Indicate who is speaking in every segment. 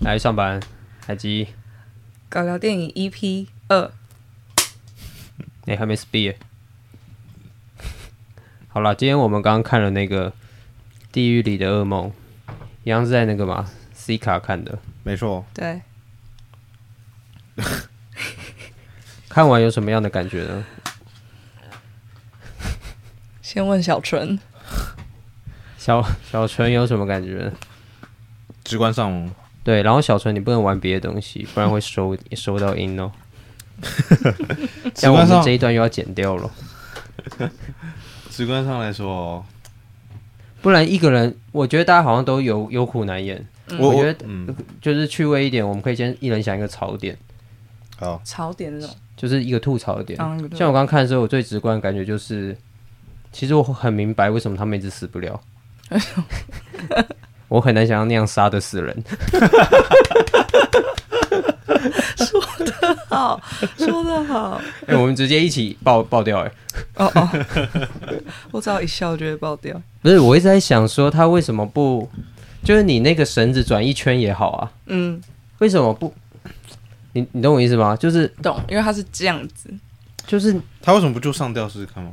Speaker 1: 来上班，海基，
Speaker 2: 搞聊电影 EP 二，
Speaker 1: 你、哎还没 speed 耶。 好了，今天我们刚刚看了那个《地狱里的噩梦》，一样是在那个嘛 C 卡看的。
Speaker 3: 没错，
Speaker 2: 对，
Speaker 1: 看完有什么样的感觉呢？
Speaker 2: 先问小纯，
Speaker 1: 小小纯有什么感觉呢？
Speaker 3: 直观上哦
Speaker 1: 对，然后小纯你不能玩别的东西，不然会收收到音哦。像我们
Speaker 3: 直观上
Speaker 1: 这一段又要剪掉了，
Speaker 3: 直观上来说，
Speaker 1: 不然一个人，我觉得大家好像都有有苦难言。
Speaker 3: 我
Speaker 1: 我觉得
Speaker 3: 嗯，
Speaker 1: 就是趣味一点，我们可以先一人想一个槽点，
Speaker 3: 好，
Speaker 2: 槽点 这种，
Speaker 1: 就是一个吐槽的点。
Speaker 2: 嗯一个吐槽
Speaker 1: 像我刚看的时候，我最直观的感觉就是，其实我很明白为什么他们一直死不了。我很难想象那样杀的死人，
Speaker 2: 好，说的好，
Speaker 1: 哎、我们直接一起爆爆掉、哎，
Speaker 2: 哦哦， 我只要一笑就会爆掉，
Speaker 1: 不是，我一直在想说他为什么不，就是你那个绳子转一圈也好啊，
Speaker 2: 嗯，
Speaker 1: 为什么不？你你懂我意思吗？就是
Speaker 2: 懂，因为他是这样子，
Speaker 1: 就是
Speaker 3: 他为什么不就上吊试试看吗？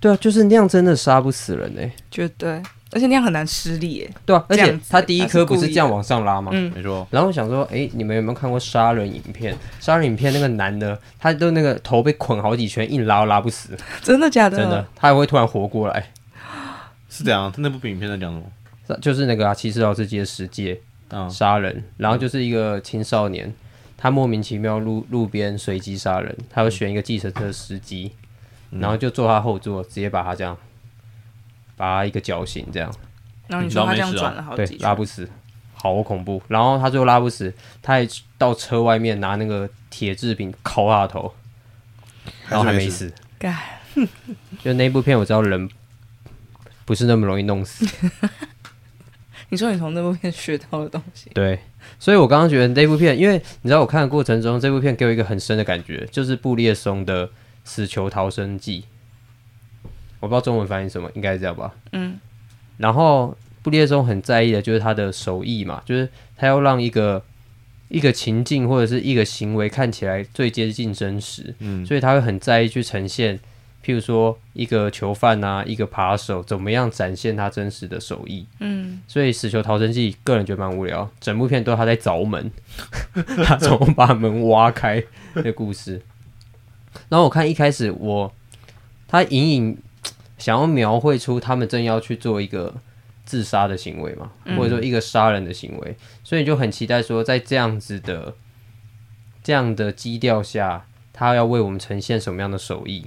Speaker 1: 对啊，就是那样真的杀不死人哎、
Speaker 2: 绝对，而且那样很难失利耶，
Speaker 1: 对啊，而
Speaker 2: 这
Speaker 1: 且
Speaker 2: 样子
Speaker 1: 他第一
Speaker 2: 他是
Speaker 1: 颗不
Speaker 2: 故
Speaker 1: 是
Speaker 2: 意
Speaker 1: 这样往上拉吗？
Speaker 2: 嗯，
Speaker 3: 没错，
Speaker 1: 然后我想说，诶，你们有没有看过杀人影片？杀人影片那个男的，他都那个头被捆好几圈，硬拉都拉不死，
Speaker 2: 真的假的？
Speaker 1: 真的，他还会突然活过来。
Speaker 3: 是这样。他那部影片在讲什么？
Speaker 1: 就是那个啊，骑士老师界的十戒
Speaker 3: 啊，
Speaker 1: 杀人，然后就是一个青少年，他莫名其妙路路边随机杀人，他要选一个计程车司机，然后就坐他后座，直接把他这样，把他一个绞刑这样。
Speaker 2: 然后你
Speaker 3: 你知
Speaker 2: 说
Speaker 3: 道
Speaker 2: 他
Speaker 3: 没
Speaker 2: 这样
Speaker 3: 事啊
Speaker 2: 转了好
Speaker 1: 对
Speaker 2: 几，
Speaker 1: 拉
Speaker 2: 圈，
Speaker 1: 不死，好恐怖。然后他最后拉不死，他还到车外面拿那个铁制品敲他的头，然后还没
Speaker 3: 没。
Speaker 1: 死。
Speaker 2: 该
Speaker 1: 就那部片我知道人不是那么容易弄死，
Speaker 2: 你说你从那部片学到的东西，
Speaker 1: 对。所以我刚刚觉得这部片，因为你知道我看的过程中，这部片给我一个很深的感觉，就是布列松的《死囚逃生记》，我不知道中文翻译什么，应该是这样吧。
Speaker 2: 嗯，
Speaker 1: 然后布列松很在意的就是他的手艺嘛，就是他要让一个一个情境或者是一个行为看起来最接近真实，
Speaker 3: 嗯，
Speaker 1: 所以他会很在意去呈现，譬如说一个囚犯啊，一个扒手怎么样展现他真实的手艺。
Speaker 2: 嗯，
Speaker 1: 所以《死囚逃生记》个人觉得蛮无聊，整部片都是他在凿门， 他怎么把门挖开的故事。然后我看一开始我，他隐隐想要描绘出他们正要去做一个自杀的行为嘛，或者说一个杀人的行为，所以就很期待说，在这样子的这样的基调下，他要为我们呈现什么样的手艺。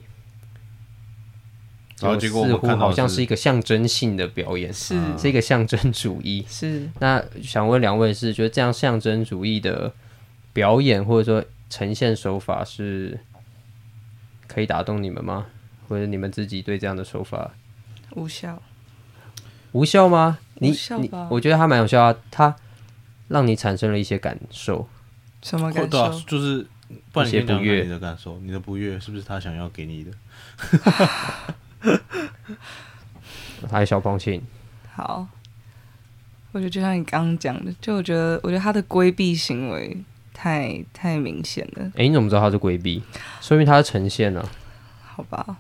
Speaker 3: 然后结果我
Speaker 1: 似
Speaker 3: 们
Speaker 1: 乎
Speaker 3: 看到
Speaker 1: 好
Speaker 3: 的
Speaker 1: 像
Speaker 3: 是
Speaker 1: 是一个象征性的表演，
Speaker 2: 是
Speaker 1: 是一个象征主义。
Speaker 2: 是，
Speaker 1: 那想问两位是，觉得这样象征主义的表演或者说呈现手法是可以打动你们吗？或者你们自己对这样的手法
Speaker 2: 无效，
Speaker 1: 无效吗？你
Speaker 2: 无效
Speaker 1: 你
Speaker 2: 吧，
Speaker 1: 我觉得它蛮有效啊，它让你产生了一些感受。
Speaker 2: 什么
Speaker 3: 或
Speaker 2: 感
Speaker 3: 对啊
Speaker 2: 受？，
Speaker 3: 就是不然
Speaker 1: 一
Speaker 3: 你
Speaker 1: 些
Speaker 3: 先讲
Speaker 1: 不
Speaker 3: 讲
Speaker 1: 悦
Speaker 3: 你的感受，你的不悦是不是他想要给你的？
Speaker 1: 还有小胖庆，
Speaker 2: 好，我觉得就像你刚刚讲的，就我觉得，我觉得他的规避行为太太明显了，
Speaker 1: 诶，你怎么知道他是规避？说明他是呈现啊了、
Speaker 2: 好吧？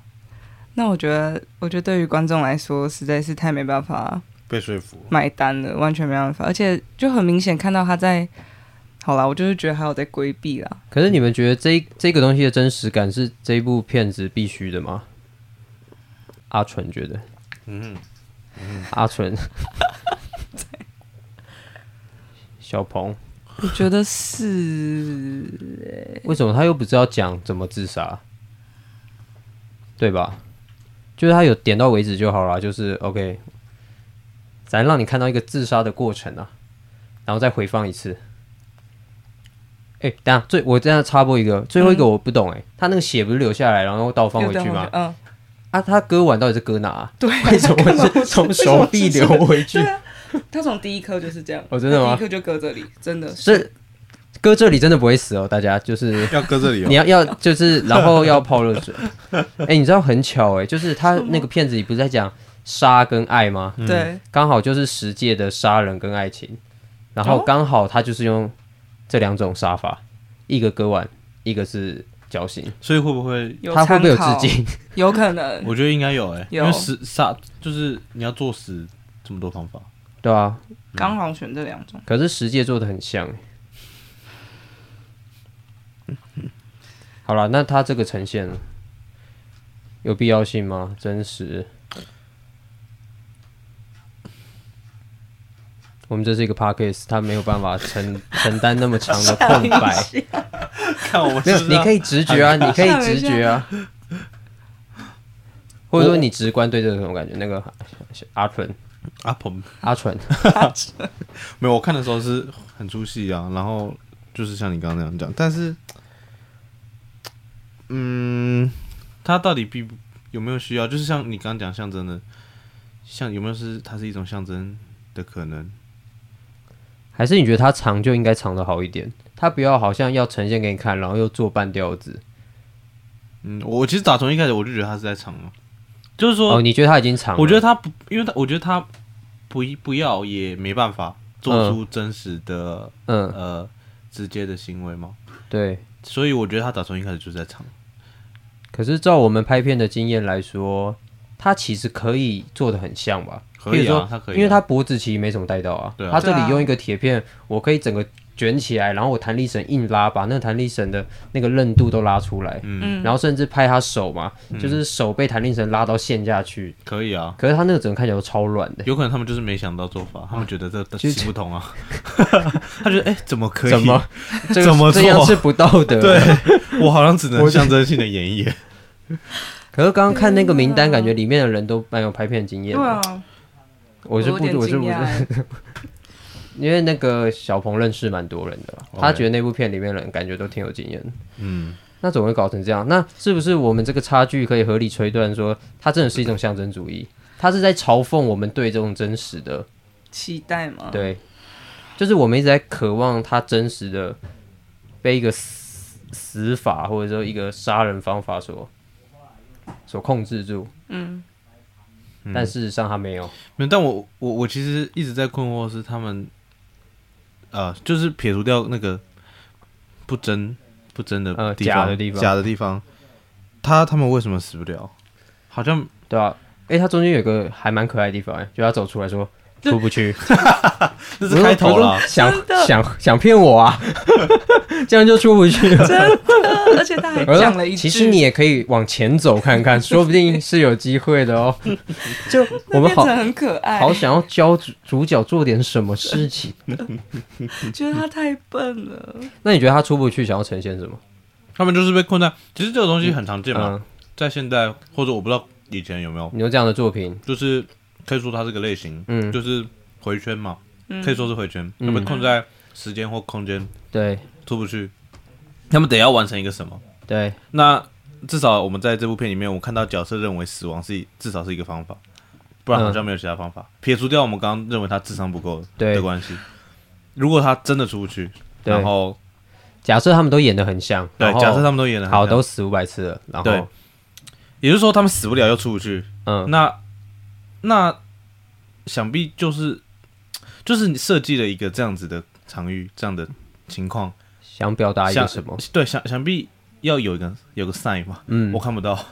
Speaker 2: 那我觉得，我觉得对于观众来说，实在是太没办法
Speaker 3: 被说服啊了，
Speaker 2: 买单了，完全没办法，而且就很明显看到他在，好啦，我就是觉得还有在规避啦，
Speaker 1: 可是你们觉得这这个东西的真实感是这一部片子必须的吗？阿纯觉得，
Speaker 3: 嗯，
Speaker 1: 阿 纯，小鹏，
Speaker 2: 我觉得是，
Speaker 1: 为什么他又不知道讲怎么自杀？对吧？就是他有点到为止就好了，就是 OK，咱让你看到一个自杀的过程啊，然后再回放一次。哎、等一下，最我这样插播一个，最后一个我不懂哎、他那个血不是流下来然后倒放回去
Speaker 2: 有
Speaker 1: 吗
Speaker 2: 点？嗯，
Speaker 1: 啊，他割腕到底是割哪 啊、
Speaker 2: 对啊，
Speaker 1: 为什
Speaker 2: 干嘛
Speaker 1: 么是
Speaker 2: 我
Speaker 1: 从
Speaker 2: 为什
Speaker 1: 手
Speaker 2: 么
Speaker 1: 臂
Speaker 2: 是
Speaker 1: 流
Speaker 2: 这样
Speaker 1: 回去？
Speaker 2: 对啊，他从第一颗就是这样，
Speaker 1: 哦真的
Speaker 2: 他
Speaker 1: 吗
Speaker 2: 第一颗就搁这里，真的
Speaker 1: 这割这里真的不会死哦，大家就是
Speaker 3: 要搁这里
Speaker 1: 你
Speaker 3: 哦。
Speaker 1: 要要就是，然后要泡热水。哎、你知道很巧哎、就是他那个片子里不是在讲杀跟爱吗？
Speaker 2: 对，
Speaker 1: 刚好就是十戒的杀人跟爱情，然后刚好他就是用这两种杀法，一个割腕，一个是绞刑，
Speaker 3: 所以会不会？
Speaker 2: 有
Speaker 1: 他会不会有致
Speaker 2: 参考？
Speaker 1: 敬？
Speaker 2: 有可能，
Speaker 3: 我觉得应该有哎、
Speaker 2: 有
Speaker 3: 因为死杀就是你要作死这么多方法，
Speaker 1: 对啊，
Speaker 2: 刚好选这两种。
Speaker 1: 可是十戒做的很像欸。好了，那他这个呈现有必要性吗？真实？我们这是一个 podcast，他没有办法承承担那么长的空 白。
Speaker 3: 看我们
Speaker 1: 没有，你可
Speaker 3: 以
Speaker 1: 以直觉啊，你可以直觉啊，或者说你直观对这个什么感觉？那个阿纯，
Speaker 3: 阿鹏
Speaker 1: 阿纯，
Speaker 3: 没有，我看的时候是很出戏啊，然后就是像你刚刚那样讲，但是，嗯，他到底必不有没有需要？就是像你刚刚讲象征的，像有没有是它是一种象征的可能？
Speaker 1: 还是你觉得它藏就应该藏的好一点，它不要好像要呈现给你看，然后又做半吊子。
Speaker 3: 嗯，我其实打从一开始我就觉得他是在藏了，就是说，
Speaker 1: 哦，你觉得它已经藏了？
Speaker 3: 我觉得他不，因为他我觉得他不不要也没办法做出真实的、
Speaker 1: 嗯，
Speaker 3: 呃直接的行为嘛，
Speaker 1: 对。
Speaker 3: 所以我觉得他打从一开始就是在藏。
Speaker 1: 可是照我们拍片的经验来说，它其实可以做的很像吧？
Speaker 3: 可以
Speaker 1: 譬如
Speaker 3: 啊
Speaker 1: 说，
Speaker 3: 他可以啊
Speaker 1: 因为它脖子其实没什么带到啊。
Speaker 3: 对啊
Speaker 1: 它这
Speaker 2: 对啊
Speaker 1: 里用一个铁片，我可以整个卷起来，然后我弹力绳硬拉，把那个弹力绳的那个韧度都拉出来。
Speaker 2: 嗯，
Speaker 1: 然后甚至拍他手嘛，
Speaker 3: 嗯
Speaker 1: 就是手被弹力绳拉到陷下去，
Speaker 3: 可以啊，
Speaker 1: 可是他那个整个看起来都超软的，
Speaker 3: 有可能他们就是没想到做法，他们觉得这
Speaker 1: 其实
Speaker 3: 行不通啊。 他觉得哎、怎么可以？
Speaker 1: 怎么这
Speaker 3: 怎么
Speaker 1: 个
Speaker 3: 做
Speaker 1: 这样是不道德的？
Speaker 3: 对我好像只能
Speaker 1: 我
Speaker 3: 象征性的演绎。
Speaker 1: 可是刚刚看那个名单，感觉里面的人都蛮有拍片经验
Speaker 2: 对
Speaker 1: 的。
Speaker 2: 啊，
Speaker 1: 我是
Speaker 2: 有
Speaker 1: 不，
Speaker 2: 点
Speaker 1: 我是
Speaker 2: 惊
Speaker 1: 不是，
Speaker 2: 讶。欸
Speaker 1: 因为那个小鹏认识蛮多人的啦，
Speaker 3: OK
Speaker 1: 他觉得那部片里面的人感觉都挺有经验的。
Speaker 3: 哦嗯，
Speaker 1: 那怎么会搞成这样？那是不是我们这个差距可以合理推断说，它真的是一种象征主义？它是在嘲讽我们对这种真实的
Speaker 2: 期待嘛？，
Speaker 1: 对，就是我们一直在渴望它真实的被一个死死法或者说一个杀人方法所所控制住，
Speaker 2: 嗯，
Speaker 1: 但事实上它没有。
Speaker 3: 没有但我我我其实一直在困惑是他们，呃，就是撇除掉那个不真不真的
Speaker 1: 呃
Speaker 3: 地方
Speaker 1: 假的地方
Speaker 3: 假的地方，他他们为什么死不了？好像
Speaker 1: 对啊，诶，他中间有个还蛮可爱的地方、诶，就他走出来说出不 去，
Speaker 3: 这是开头啦
Speaker 1: 我。想
Speaker 2: 真的
Speaker 1: 想想骗我啊， 这样就出不去 了。
Speaker 2: 真的，而且他还
Speaker 1: 我说
Speaker 2: 讲了一句，
Speaker 1: 其实你也可以往前走看 看，说不定是有机会的哦。就我们好
Speaker 2: 变成很可爱，
Speaker 1: 好想要教主主角做点什么事情。
Speaker 2: 觉得他太笨了。
Speaker 1: 那你觉得他出不去，想要呈现什么？
Speaker 3: 他们就是被困在，其实这个东西很常见嘛，
Speaker 1: 嗯，
Speaker 3: 在现代或者我不知道以前有没有，
Speaker 1: 你说这样的作品，
Speaker 3: 就是可以说它这个类型，
Speaker 1: 嗯，
Speaker 3: 就是回圈嘛，
Speaker 2: 嗯
Speaker 3: 可以说是回圈，他
Speaker 1: 嗯
Speaker 3: 们困在时间或空间
Speaker 1: 对
Speaker 3: 出不去，他们得要完成一个什么？
Speaker 1: 对，
Speaker 3: 那至少我们在这部片里面，我看到角色认为死亡是至少是一个方法，不然好像没有其他方法。嗯撇除掉我们刚刚认为他智商不够
Speaker 1: 对
Speaker 3: 的关系，如果他真的出不去，
Speaker 1: 对
Speaker 3: 然后
Speaker 1: 假设他们都演的很像，
Speaker 3: 对
Speaker 1: 然，后
Speaker 3: 假设他们都演了，
Speaker 1: 好都，死五百次了，然
Speaker 3: 对
Speaker 1: 后
Speaker 3: 也就是说他们死不了又出不去，
Speaker 1: 嗯，
Speaker 3: 那那想必就是就是你设计了一个这样子的场域，这样的情况，
Speaker 1: 想表达一
Speaker 3: 想
Speaker 1: 个什么？
Speaker 3: 对，想想必要有一个有个 sign 嘛，
Speaker 1: 嗯
Speaker 3: 我，看不到，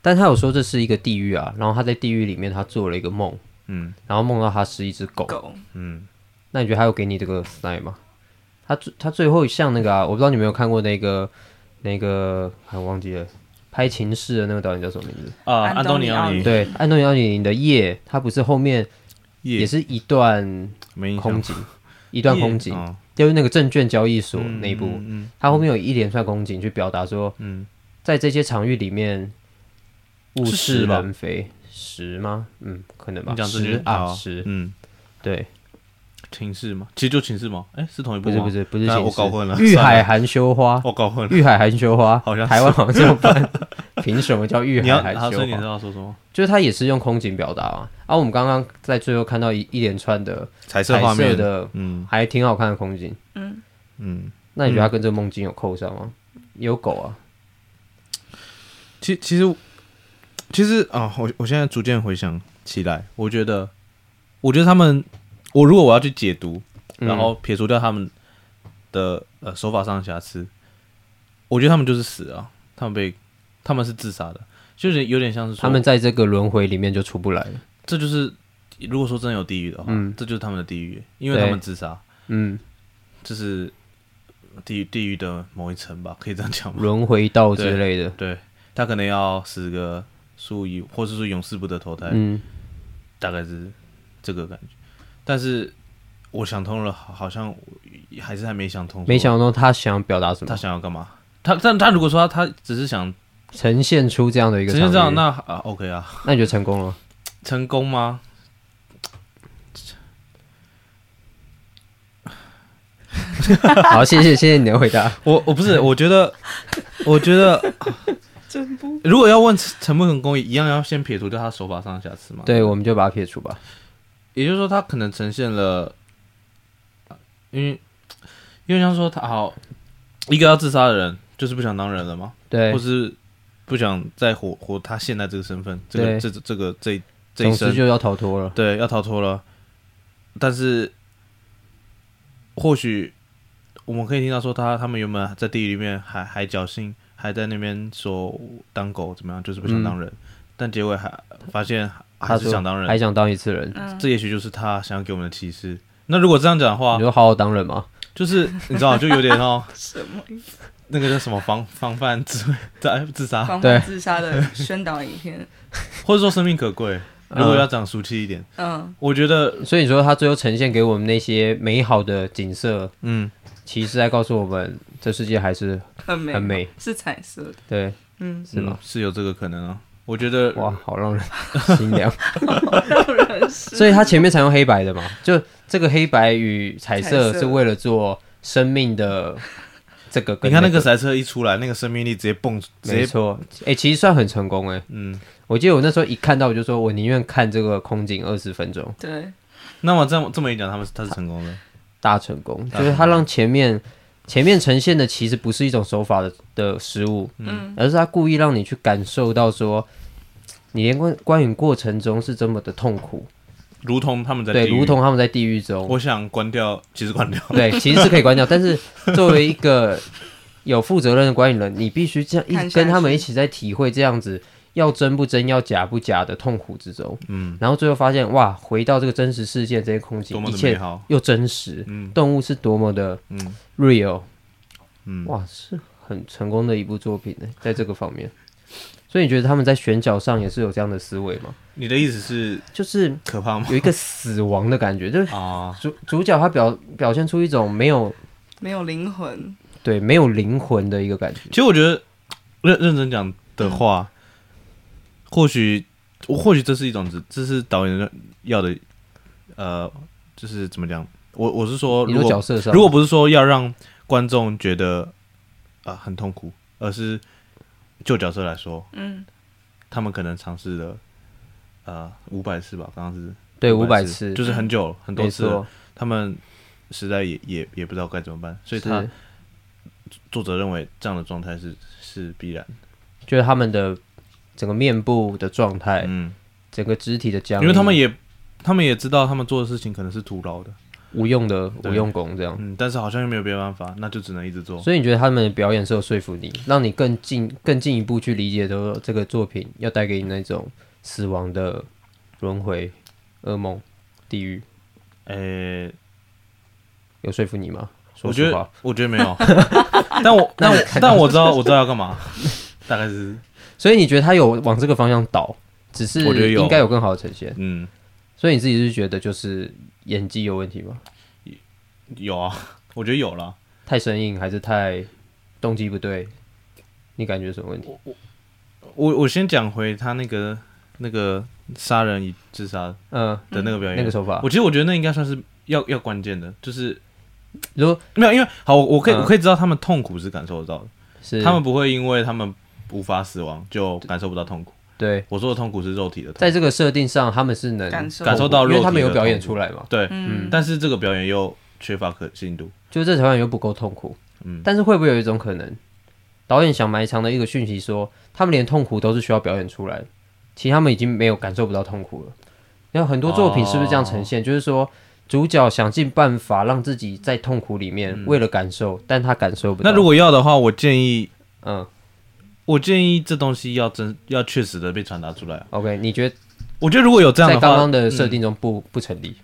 Speaker 1: 但他有说这是一个地狱啊，然后他在地狱里面他做了一个梦，
Speaker 3: 嗯
Speaker 1: 然后梦到他是一只狗。
Speaker 2: 狗，
Speaker 3: 嗯，
Speaker 1: 那你觉得他有给你这个 sign 吗？他最他最后像那个啊，我不知道你有没有看过那个那个，啊我忘记了，拍情事的那个导演叫什么名字？
Speaker 3: 啊，
Speaker 2: 安
Speaker 3: 安
Speaker 2: 东
Speaker 3: 东
Speaker 2: 尼
Speaker 3: 尼奥
Speaker 2: 奥尼
Speaker 3: 尼
Speaker 1: 对，安东尼奥尼林的夜，他不是后面也
Speaker 3: 也
Speaker 1: 是一段
Speaker 3: 没印象
Speaker 1: 空景，一段空景，就是那个证券交易所那一部，
Speaker 3: 哦嗯
Speaker 1: 它后面有一连串空景去表达说，
Speaker 3: 嗯，
Speaker 1: 在这些场域里面物
Speaker 3: 是
Speaker 1: 是
Speaker 3: 十吧
Speaker 1: 人非，十吗？嗯，可能吧
Speaker 3: 你，讲这
Speaker 1: 十
Speaker 3: 句
Speaker 1: 啊，十，
Speaker 3: 嗯，
Speaker 1: 对，
Speaker 3: 情事吗？其实就情事吗？哎，是同一
Speaker 1: 不
Speaker 3: 部
Speaker 1: 是不是不是
Speaker 3: 那
Speaker 1: 情
Speaker 3: 我
Speaker 1: 诗
Speaker 3: 搞混了
Speaker 1: 欲
Speaker 3: 算
Speaker 1: 海
Speaker 3: 了
Speaker 1: 含羞花，
Speaker 3: 我搞混 了。
Speaker 1: 欲海含羞花，
Speaker 3: 好像是
Speaker 1: 台湾好像这么 办，凭什么叫欲
Speaker 3: 你要，
Speaker 1: 海含
Speaker 3: 然后
Speaker 1: 羞
Speaker 3: 所以你知
Speaker 1: 花？
Speaker 3: 道说什么？
Speaker 1: 就是它也是用空景表达嘛。啊，我们刚刚在最后看到一一连串的
Speaker 3: 彩色
Speaker 1: 彩
Speaker 3: 画
Speaker 1: 色
Speaker 3: 面，
Speaker 1: 的，
Speaker 3: 嗯
Speaker 1: 还挺好看的空景。
Speaker 2: 嗯，
Speaker 3: 嗯。
Speaker 1: 那你觉得它跟这个梦境有扣上吗？有狗啊，
Speaker 3: 其其实其实啊，我我现在逐渐回想起来，我觉得，我觉得他们，我如果我要去解读，
Speaker 1: 嗯
Speaker 3: 然后撇除掉他们的呃手法上的瑕疵，我觉得他们就是死啊，他们被他们是自杀的，就是有点像是说
Speaker 1: 他们在这个轮回里面就出不来了。
Speaker 3: 这就是如果说真的有地狱的话，
Speaker 1: 嗯
Speaker 3: 这就是他们的地狱，因为他
Speaker 1: 对
Speaker 3: 们自杀，
Speaker 1: 嗯，
Speaker 3: 这是地狱地狱的某一层吧，可以这样讲吗？
Speaker 1: 轮回道之类的。
Speaker 3: 对他可能要死个数以，或是说永世不得投胎，
Speaker 1: 嗯，
Speaker 3: 大概是这个感觉。但是我想通了，好好像还是还没想通，
Speaker 1: 没想到他想表达什
Speaker 3: 他
Speaker 1: 么，
Speaker 3: 想要干嘛。他但他如果说他他只是想
Speaker 1: 呈现出这样的一个
Speaker 3: 只
Speaker 1: 场
Speaker 3: 是
Speaker 1: 景，
Speaker 3: 这样，那啊 OK 啊，
Speaker 1: 那你就成功了。
Speaker 3: 成功吗？
Speaker 1: 好，谢谢谢谢你的回答。
Speaker 3: 我我不是，我 觉得我觉得
Speaker 2: 真不
Speaker 3: 如果要问成不成功，一样要先撇除掉他手法上的瑕疵嘛。
Speaker 1: 对，我们就把它撇除吧。
Speaker 3: 也就是说，他可能呈现了，啊因为因为像说他好一个要自杀的人，就是不想当人了嘛，
Speaker 1: 对
Speaker 3: 或，是不想再活活他现在这个身份，这
Speaker 1: 对
Speaker 3: 个这这个这一这
Speaker 1: 总
Speaker 3: 一
Speaker 1: 之
Speaker 3: 生，
Speaker 1: 就要逃脱了。
Speaker 3: 对，要逃脱了。但是或许我们可以听到说他他们原本在地狱里面还还侥幸，还在那边说当狗怎么样，就是不想当人，但结尾还发现还
Speaker 1: 嗯他
Speaker 3: 是
Speaker 1: 说
Speaker 3: 想当人，
Speaker 1: 还想当一次人，
Speaker 2: 嗯
Speaker 3: 这也许就是他想要给我们的启示。那如果这样讲的话
Speaker 1: 你，就好好当人嘛。
Speaker 3: 就是你知道，就有点哦，
Speaker 2: 什么意思？
Speaker 3: 那个叫什么防防范自自自杀，
Speaker 2: 防
Speaker 1: 对
Speaker 2: 范自杀的宣导影片，
Speaker 3: 或者说生命可贵。
Speaker 1: 嗯
Speaker 3: 如果要讲俗气一点，
Speaker 2: 嗯，
Speaker 3: 我觉得，
Speaker 1: 所以你说他最后呈现给我们那些美好的景色，
Speaker 3: 嗯，
Speaker 1: 其实在告诉我们，这世界还是
Speaker 2: 很美，
Speaker 1: 很美，
Speaker 2: 是彩色的，
Speaker 1: 对，
Speaker 2: 嗯，
Speaker 1: 是吗
Speaker 3: 嗯？是有这个可能啊。我觉得，
Speaker 1: 哇，好让 人心凉。
Speaker 2: 有人是
Speaker 1: 所以他前面采用黑白的嘛，就这个黑白与彩色
Speaker 2: 彩色
Speaker 1: 是为了做生命的这个
Speaker 3: 你
Speaker 1: 跟、
Speaker 3: 看那个
Speaker 1: 个，
Speaker 3: 赛车一出来，那个生命力直接蹦，
Speaker 1: 没
Speaker 3: 直接，
Speaker 1: 错，哎、其实算很成功哎、
Speaker 3: 嗯。
Speaker 1: 我记得我那时候一看到，我就说我宁愿看这个空景二十分钟，
Speaker 2: 对，
Speaker 3: 那么这样这么一讲，他们是他是成功的，
Speaker 1: 大成功，
Speaker 3: 大成功
Speaker 1: 就是他让前面前面呈现的其实不是一种手法的的失误，
Speaker 2: 嗯，
Speaker 1: 而是他故意让你去感受到说，你连观观影过程中是这么的痛苦，
Speaker 3: 如同他们在
Speaker 1: 对，
Speaker 3: 地狱
Speaker 1: 如同他们在地狱中，
Speaker 3: 我想关掉，其实 关掉，
Speaker 1: 对，其实是可以关掉， 但是作为一个有负责任的观影人，你必须这样
Speaker 2: 看
Speaker 1: 一
Speaker 2: 下去
Speaker 1: 跟他们一起在体会这样子要真不真、要假不假的痛苦之中，
Speaker 3: 嗯，
Speaker 1: 然后最后发现哇，回到这个真实世界，这些空
Speaker 3: 多
Speaker 1: 景，
Speaker 3: 么
Speaker 1: 一
Speaker 3: 的美
Speaker 1: 切
Speaker 3: 好，
Speaker 1: 又真实，
Speaker 3: 嗯
Speaker 1: 动物是多么的
Speaker 3: 嗯
Speaker 1: real，
Speaker 3: 嗯，
Speaker 1: 哇，是很成功的一部作品呢，在这个方面。所以你觉得他们在选角上也是有这样的思维吗？
Speaker 3: 你的意思是
Speaker 1: 就是
Speaker 3: 可怕吗？
Speaker 1: 有一个死亡的感觉，就是
Speaker 3: 啊，
Speaker 1: 主主角他表表现出一种没有
Speaker 2: 没有灵魂，
Speaker 1: 对没有灵魂的一个感觉。
Speaker 3: 其实我觉得认认真讲的话，或许我或许这是一种指，这是导演要的，呃，就是怎么讲？我我是说，
Speaker 1: 你
Speaker 3: 如
Speaker 1: 说角
Speaker 3: 果
Speaker 1: 色上，
Speaker 3: 如果不是说要让观众觉得啊、呃很痛苦，而是就角色来说，
Speaker 2: 嗯，
Speaker 3: 他们可能尝试了呃五百次吧，刚刚是
Speaker 1: 对五百
Speaker 3: 500
Speaker 1: 次，
Speaker 3: 就是很久很多
Speaker 1: 没
Speaker 3: 次了，
Speaker 1: 错，
Speaker 3: 他们实在也也也不知道该怎么办，所以他
Speaker 1: 是
Speaker 3: 作者认为这样的状态是是必然的。
Speaker 1: 就是他们的整个面部的状态，
Speaker 3: 嗯，
Speaker 1: 整个肢体的僵硬，
Speaker 3: 因为他们也他们也知道他们做的事情可能是徒劳的，
Speaker 1: 无用的
Speaker 3: 对
Speaker 1: 无用功这样。
Speaker 3: 嗯，但是好像又没有别的办法，那就只能一直做。
Speaker 1: 所以你觉得他们的表演是有说服你，让你更进更进一步去理解说这个作品要带给你那种死亡的轮回、噩梦、地狱，
Speaker 3: 呃、
Speaker 1: 有说服你吗？说
Speaker 3: 我觉
Speaker 1: 实
Speaker 3: 得
Speaker 1: 话，
Speaker 3: 我觉得 没有，但我但我但我知道我知道要干嘛，大概是
Speaker 1: 所以你觉得他有往这个方向导，只是
Speaker 3: 我觉得有
Speaker 1: 应该有更好的呈现。
Speaker 3: 嗯
Speaker 1: 所以你自己是觉得就是演技有问题吗？
Speaker 3: 有啊，我觉得有了。
Speaker 1: 太生硬还是太动机不对？你感觉什么问题？
Speaker 3: 我我先讲回他那个那个杀人与自杀
Speaker 1: 嗯、
Speaker 3: 的那个表演，
Speaker 1: 那个手法
Speaker 3: 我，其实我觉得那应该算是要要关键的，就是
Speaker 1: 如果
Speaker 3: 没有因为好，我我可以、
Speaker 1: 嗯
Speaker 3: 我可以知道他们痛苦是感受得到的，
Speaker 1: 是
Speaker 3: 他们不会因为他们无法死亡就感受不到痛苦。
Speaker 1: 对，
Speaker 3: 我说的痛苦是肉体的痛
Speaker 1: 在这个设定上，他们是能
Speaker 2: 感受
Speaker 1: 痛苦
Speaker 3: 感受到肉体
Speaker 1: 因
Speaker 3: 的
Speaker 1: 为他们有表演出来嘛
Speaker 3: 苦，，对，
Speaker 2: 嗯，
Speaker 3: 但是这个表演又缺乏可信度。
Speaker 1: 就这条演又不够痛苦。
Speaker 3: 嗯
Speaker 1: 但是会不会有一种可能，导演想埋藏的一个讯息说，他们连痛苦都是需要表演出来的，
Speaker 3: 哦
Speaker 1: 其实他们已经没有感受不到痛苦了。然后很多作品是不是这样呈现？就是说，主角想尽办法让自己在痛苦里面，
Speaker 3: 嗯
Speaker 1: 为了感受，但他感受不到。
Speaker 3: 那如果要的话，我建议，
Speaker 1: 嗯
Speaker 3: 我建议这东西要真要确实的被传达出来。啊
Speaker 1: ，OK，你觉得
Speaker 3: 我觉得如果有这样
Speaker 1: 在
Speaker 3: 的话，
Speaker 1: 刚刚的设
Speaker 3: 嗯
Speaker 1: 定中不、不成立？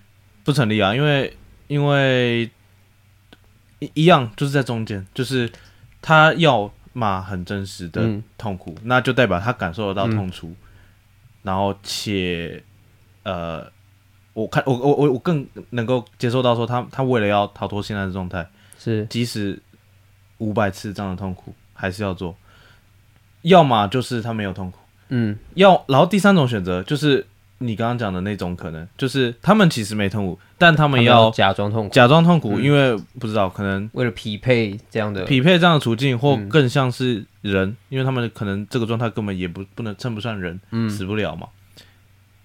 Speaker 3: 不成立啊，因为因为一一样就是在中间，就是他要嘛很真实的
Speaker 1: 嗯
Speaker 3: 痛苦，那就代表他感受得到
Speaker 1: 嗯
Speaker 3: 痛楚，然后且呃，我看我我我我更能够接受到说他他为了要逃脱现在的状态，
Speaker 1: 是
Speaker 3: 即使五百次这样的痛苦还是要做，要么就是他没有痛苦。
Speaker 1: 嗯
Speaker 3: 要，然后第三种选择就是你刚刚讲的那种可能，就是他们其实没痛苦，但他
Speaker 1: 他
Speaker 3: 们
Speaker 1: 们
Speaker 3: 要
Speaker 1: 假装痛苦，
Speaker 3: 假装痛苦，
Speaker 1: 嗯
Speaker 3: 因为不知道可能
Speaker 1: 为了匹配这样的
Speaker 3: 匹配这样的处境，或
Speaker 1: 嗯
Speaker 3: 更像是人，因为他们可能这个状态根本也不不能称不上人，
Speaker 1: 嗯
Speaker 3: 死不了嘛。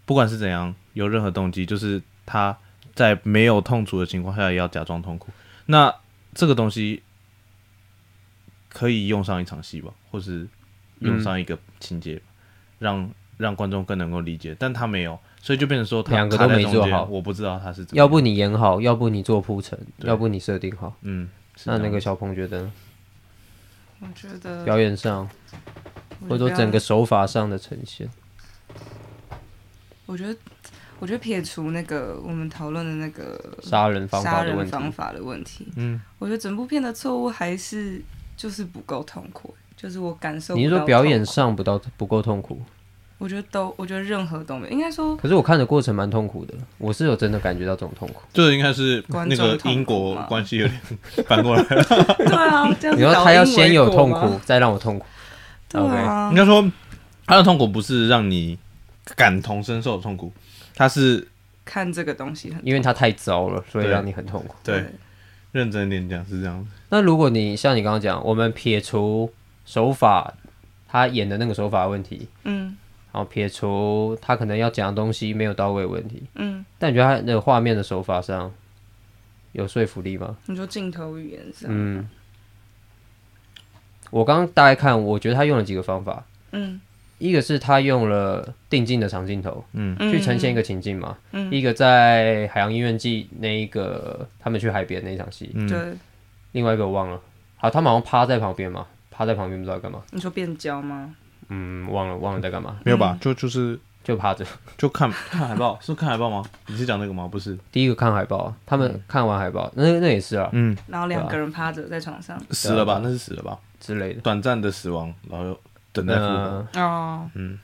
Speaker 3: 不管是怎样，有任何动机，就是他在没有痛楚的情况下也要假装痛苦。那这个东西可以用上一场戏吧，或是
Speaker 1: 嗯
Speaker 3: 用上一个情节，让让观众更能够理解。但他没有，所以就变成说他
Speaker 1: 两个
Speaker 3: 卡
Speaker 1: 都
Speaker 3: 在
Speaker 1: 没
Speaker 3: 中
Speaker 1: 做
Speaker 3: 间
Speaker 1: 好
Speaker 3: 我不知道他是怎么
Speaker 1: 要
Speaker 3: 样。
Speaker 1: 不你演好，要不你做铺陈，
Speaker 3: 对
Speaker 1: 要不你设定好。
Speaker 3: 嗯，是
Speaker 1: 那
Speaker 3: 这
Speaker 1: 那
Speaker 3: 样
Speaker 1: 个小鹏觉得呢
Speaker 2: 我觉得
Speaker 1: 表演上，或者说
Speaker 2: 啊
Speaker 1: 整个，手法上的呈现，
Speaker 2: 嗯我觉得，我觉得撇除那个我们讨论的那个
Speaker 1: 杀人方
Speaker 2: 杀
Speaker 1: 法的
Speaker 2: 人
Speaker 1: 问题，
Speaker 2: 方法的问题，
Speaker 3: 嗯，
Speaker 2: 我觉得整部片的错误还是就是不够痛苦，就是我感受不
Speaker 1: 你是说
Speaker 2: 到
Speaker 1: 表演
Speaker 2: 痛苦？
Speaker 1: 上不到不够痛苦？
Speaker 2: 我觉得都，我觉得任何都没有，应该说
Speaker 1: 可是我看的过程蛮痛苦的，我是有真的感觉到这种痛苦。
Speaker 3: 这应该是
Speaker 2: 观
Speaker 3: 那
Speaker 2: 众
Speaker 3: 个
Speaker 2: 痛
Speaker 3: 因
Speaker 2: 苦
Speaker 3: 果
Speaker 2: 嘛
Speaker 3: 关系有点 反过来。
Speaker 2: 对啊，这样
Speaker 1: 你
Speaker 2: 子
Speaker 1: 说
Speaker 2: 导
Speaker 1: 他要
Speaker 2: 因为
Speaker 1: 先有
Speaker 2: 果
Speaker 1: 痛
Speaker 2: 吗
Speaker 1: 苦，，再让我痛苦，
Speaker 2: 对啊
Speaker 3: 应，该说，他的痛苦不是让你感同身受的痛苦，他是
Speaker 2: 看这个东西很
Speaker 1: 因为他太糟了，所以
Speaker 3: 对
Speaker 1: 让你很痛苦。
Speaker 3: 对认真一点讲是这样子。
Speaker 1: 那如果你像你刚刚讲，我们撇除手法，他演的那个手法的问题，
Speaker 2: 嗯
Speaker 1: 然后撇除他可能要讲的东西没有到位的问题，
Speaker 2: 嗯，
Speaker 1: 但你觉得他的画面的手法上有说服力吗？
Speaker 2: 你说镜头语言啊上，
Speaker 1: 嗯，我刚刚大概看，我觉得他用了几个方法，
Speaker 2: 嗯
Speaker 1: 一个是他用了定镜的长镜头，
Speaker 3: 嗯，
Speaker 2: 嗯，
Speaker 1: 去呈现一个情境嘛，
Speaker 2: 嗯
Speaker 1: 一个在海洋音乐季那一个他们去海边那一场戏，
Speaker 3: 嗯
Speaker 2: 对，
Speaker 1: 另外一个我忘了，好，他们好像趴在旁边嘛，趴在旁边不知道干嘛，
Speaker 2: 你说变焦吗？
Speaker 1: 嗯，忘了忘了在干嘛，
Speaker 3: 没有吧？就就是
Speaker 1: 就趴着。
Speaker 3: 就看看海报， 是看海报吗？你是讲那个吗？不是，
Speaker 1: 第一个看海报啊，他们看完海报，那那也是啊
Speaker 3: 嗯，
Speaker 2: 然后两个人趴着在床上，
Speaker 3: 死了吧？
Speaker 1: 对
Speaker 3: 那是死了吧？
Speaker 1: 之类的。
Speaker 3: 啊
Speaker 1: 呃
Speaker 3: 短暂的死亡，然后又等待复活。
Speaker 1: 那
Speaker 2: 哦，
Speaker 3: 嗯，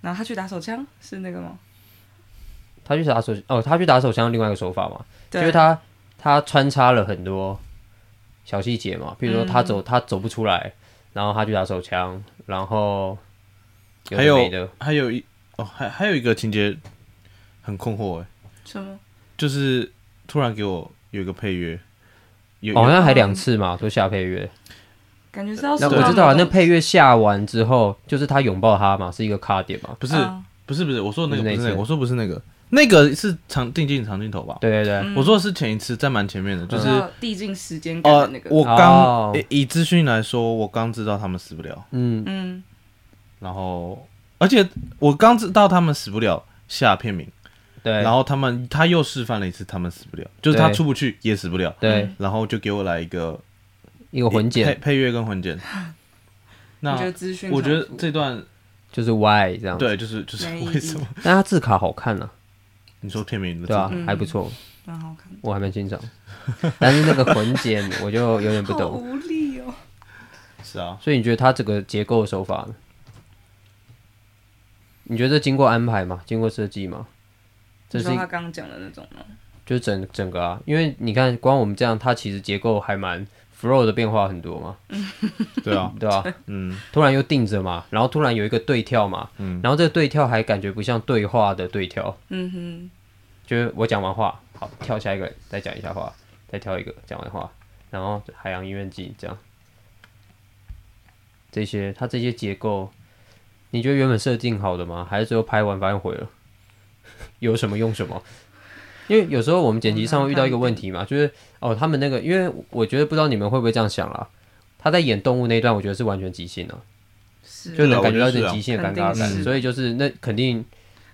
Speaker 2: 然后他去打手枪，是那个吗？
Speaker 1: 嗯他去打手哦，他去打手枪，另外一个手法嘛，
Speaker 2: 对，
Speaker 1: 就是他他穿插了很多小细节嘛，比如说他走、他走不出来，然后他去打手枪，然后
Speaker 3: 还
Speaker 1: 的
Speaker 3: 有
Speaker 1: 没的
Speaker 3: 还有一哦，还还有一个情节很困惑哎，
Speaker 2: 什么？
Speaker 3: 就是突然给我有一个配乐，有
Speaker 1: 哦好
Speaker 3: 有
Speaker 1: 像还两次嘛，说下配乐，
Speaker 2: 感觉是要
Speaker 1: 那
Speaker 2: 说
Speaker 1: 我
Speaker 2: 到
Speaker 1: 知道啊，
Speaker 2: 某
Speaker 1: 那
Speaker 2: 种
Speaker 1: 配乐下完之后，就是他拥抱他嘛，是一个卡点嘛，
Speaker 3: 不是
Speaker 2: 啊
Speaker 3: 不是不是，我说的那
Speaker 1: 不是那一
Speaker 3: 个不是那
Speaker 1: 次
Speaker 3: 个，我说不是那个，那个是长定镜长镜头吧？
Speaker 1: 对对对，
Speaker 2: 嗯
Speaker 3: 我说的是前一次，在蛮前面的，就是
Speaker 2: 要递进时间感
Speaker 3: 哦
Speaker 2: 的那，个，
Speaker 3: 我
Speaker 1: 哦
Speaker 3: 刚以以资讯来说，我刚知道他们死不了，
Speaker 1: 嗯，
Speaker 2: 嗯，
Speaker 3: 然后而且我刚知道他们死不了下片名，
Speaker 1: 对，
Speaker 3: 然后他们他又示范了一次他们死不了，就是他
Speaker 1: 对
Speaker 3: 出不去也死不了，
Speaker 1: 对
Speaker 2: 嗯
Speaker 3: 然后就给我来一个
Speaker 1: 一个混
Speaker 3: 配
Speaker 1: 剪
Speaker 3: 配乐跟混 剪。
Speaker 2: 我觉得
Speaker 3: 那
Speaker 2: 资讯，
Speaker 3: 我觉得这段
Speaker 1: 就是 Y 这样，，
Speaker 3: 对，就是就是
Speaker 2: 没意义
Speaker 3: 为什么
Speaker 1: 但他字卡好看啊，
Speaker 3: 你说片名的
Speaker 1: 对吧、啊
Speaker 2: 嗯
Speaker 1: 还不错，
Speaker 2: 蛮好看的，
Speaker 1: 我还蛮欣赏，但是那个混剪我就有点不
Speaker 2: 好
Speaker 1: 懂。
Speaker 2: 无力哦。
Speaker 3: 是啊，
Speaker 1: 所以你觉得他整个结构的手法呢？你觉得经过安排吗？经过设计吗？这
Speaker 2: 你
Speaker 1: 是
Speaker 2: 说
Speaker 1: 一
Speaker 2: 他刚刚讲的那种吗？
Speaker 1: 就是整整个啊，因为你看光我们这样，它其实结构还蛮 flow 的变化很多嘛，
Speaker 3: 对啊，
Speaker 1: 对吧、
Speaker 3: 嗯
Speaker 1: 突然又定着嘛，然后突然有一个对跳嘛，
Speaker 3: 嗯
Speaker 1: 然后这个对跳还感觉不像对话的对跳，
Speaker 2: 嗯哼，
Speaker 1: 就是我讲完话，好跳下一个，再讲一下话，再跳一个讲完话，然后海洋音乐季这样，这些它这些结构，你觉得原本设定好的吗？还是最后拍完发现毁了？ 有什么用什么？因为有时候我们剪辑上会遇到一个问题嘛，就是哦，他们那个，因为我觉得不知道你们会不会这样想啦。他在演动物那一段，我觉得是完全即兴的、
Speaker 2: 是
Speaker 1: 就
Speaker 3: 对啊
Speaker 1: 能感觉到
Speaker 3: 我
Speaker 1: 一
Speaker 3: 觉得
Speaker 1: 点
Speaker 3: 是啊
Speaker 1: 即兴的尴尬
Speaker 2: 嗯肯定
Speaker 1: 感，
Speaker 2: 是
Speaker 1: 所以就是那肯定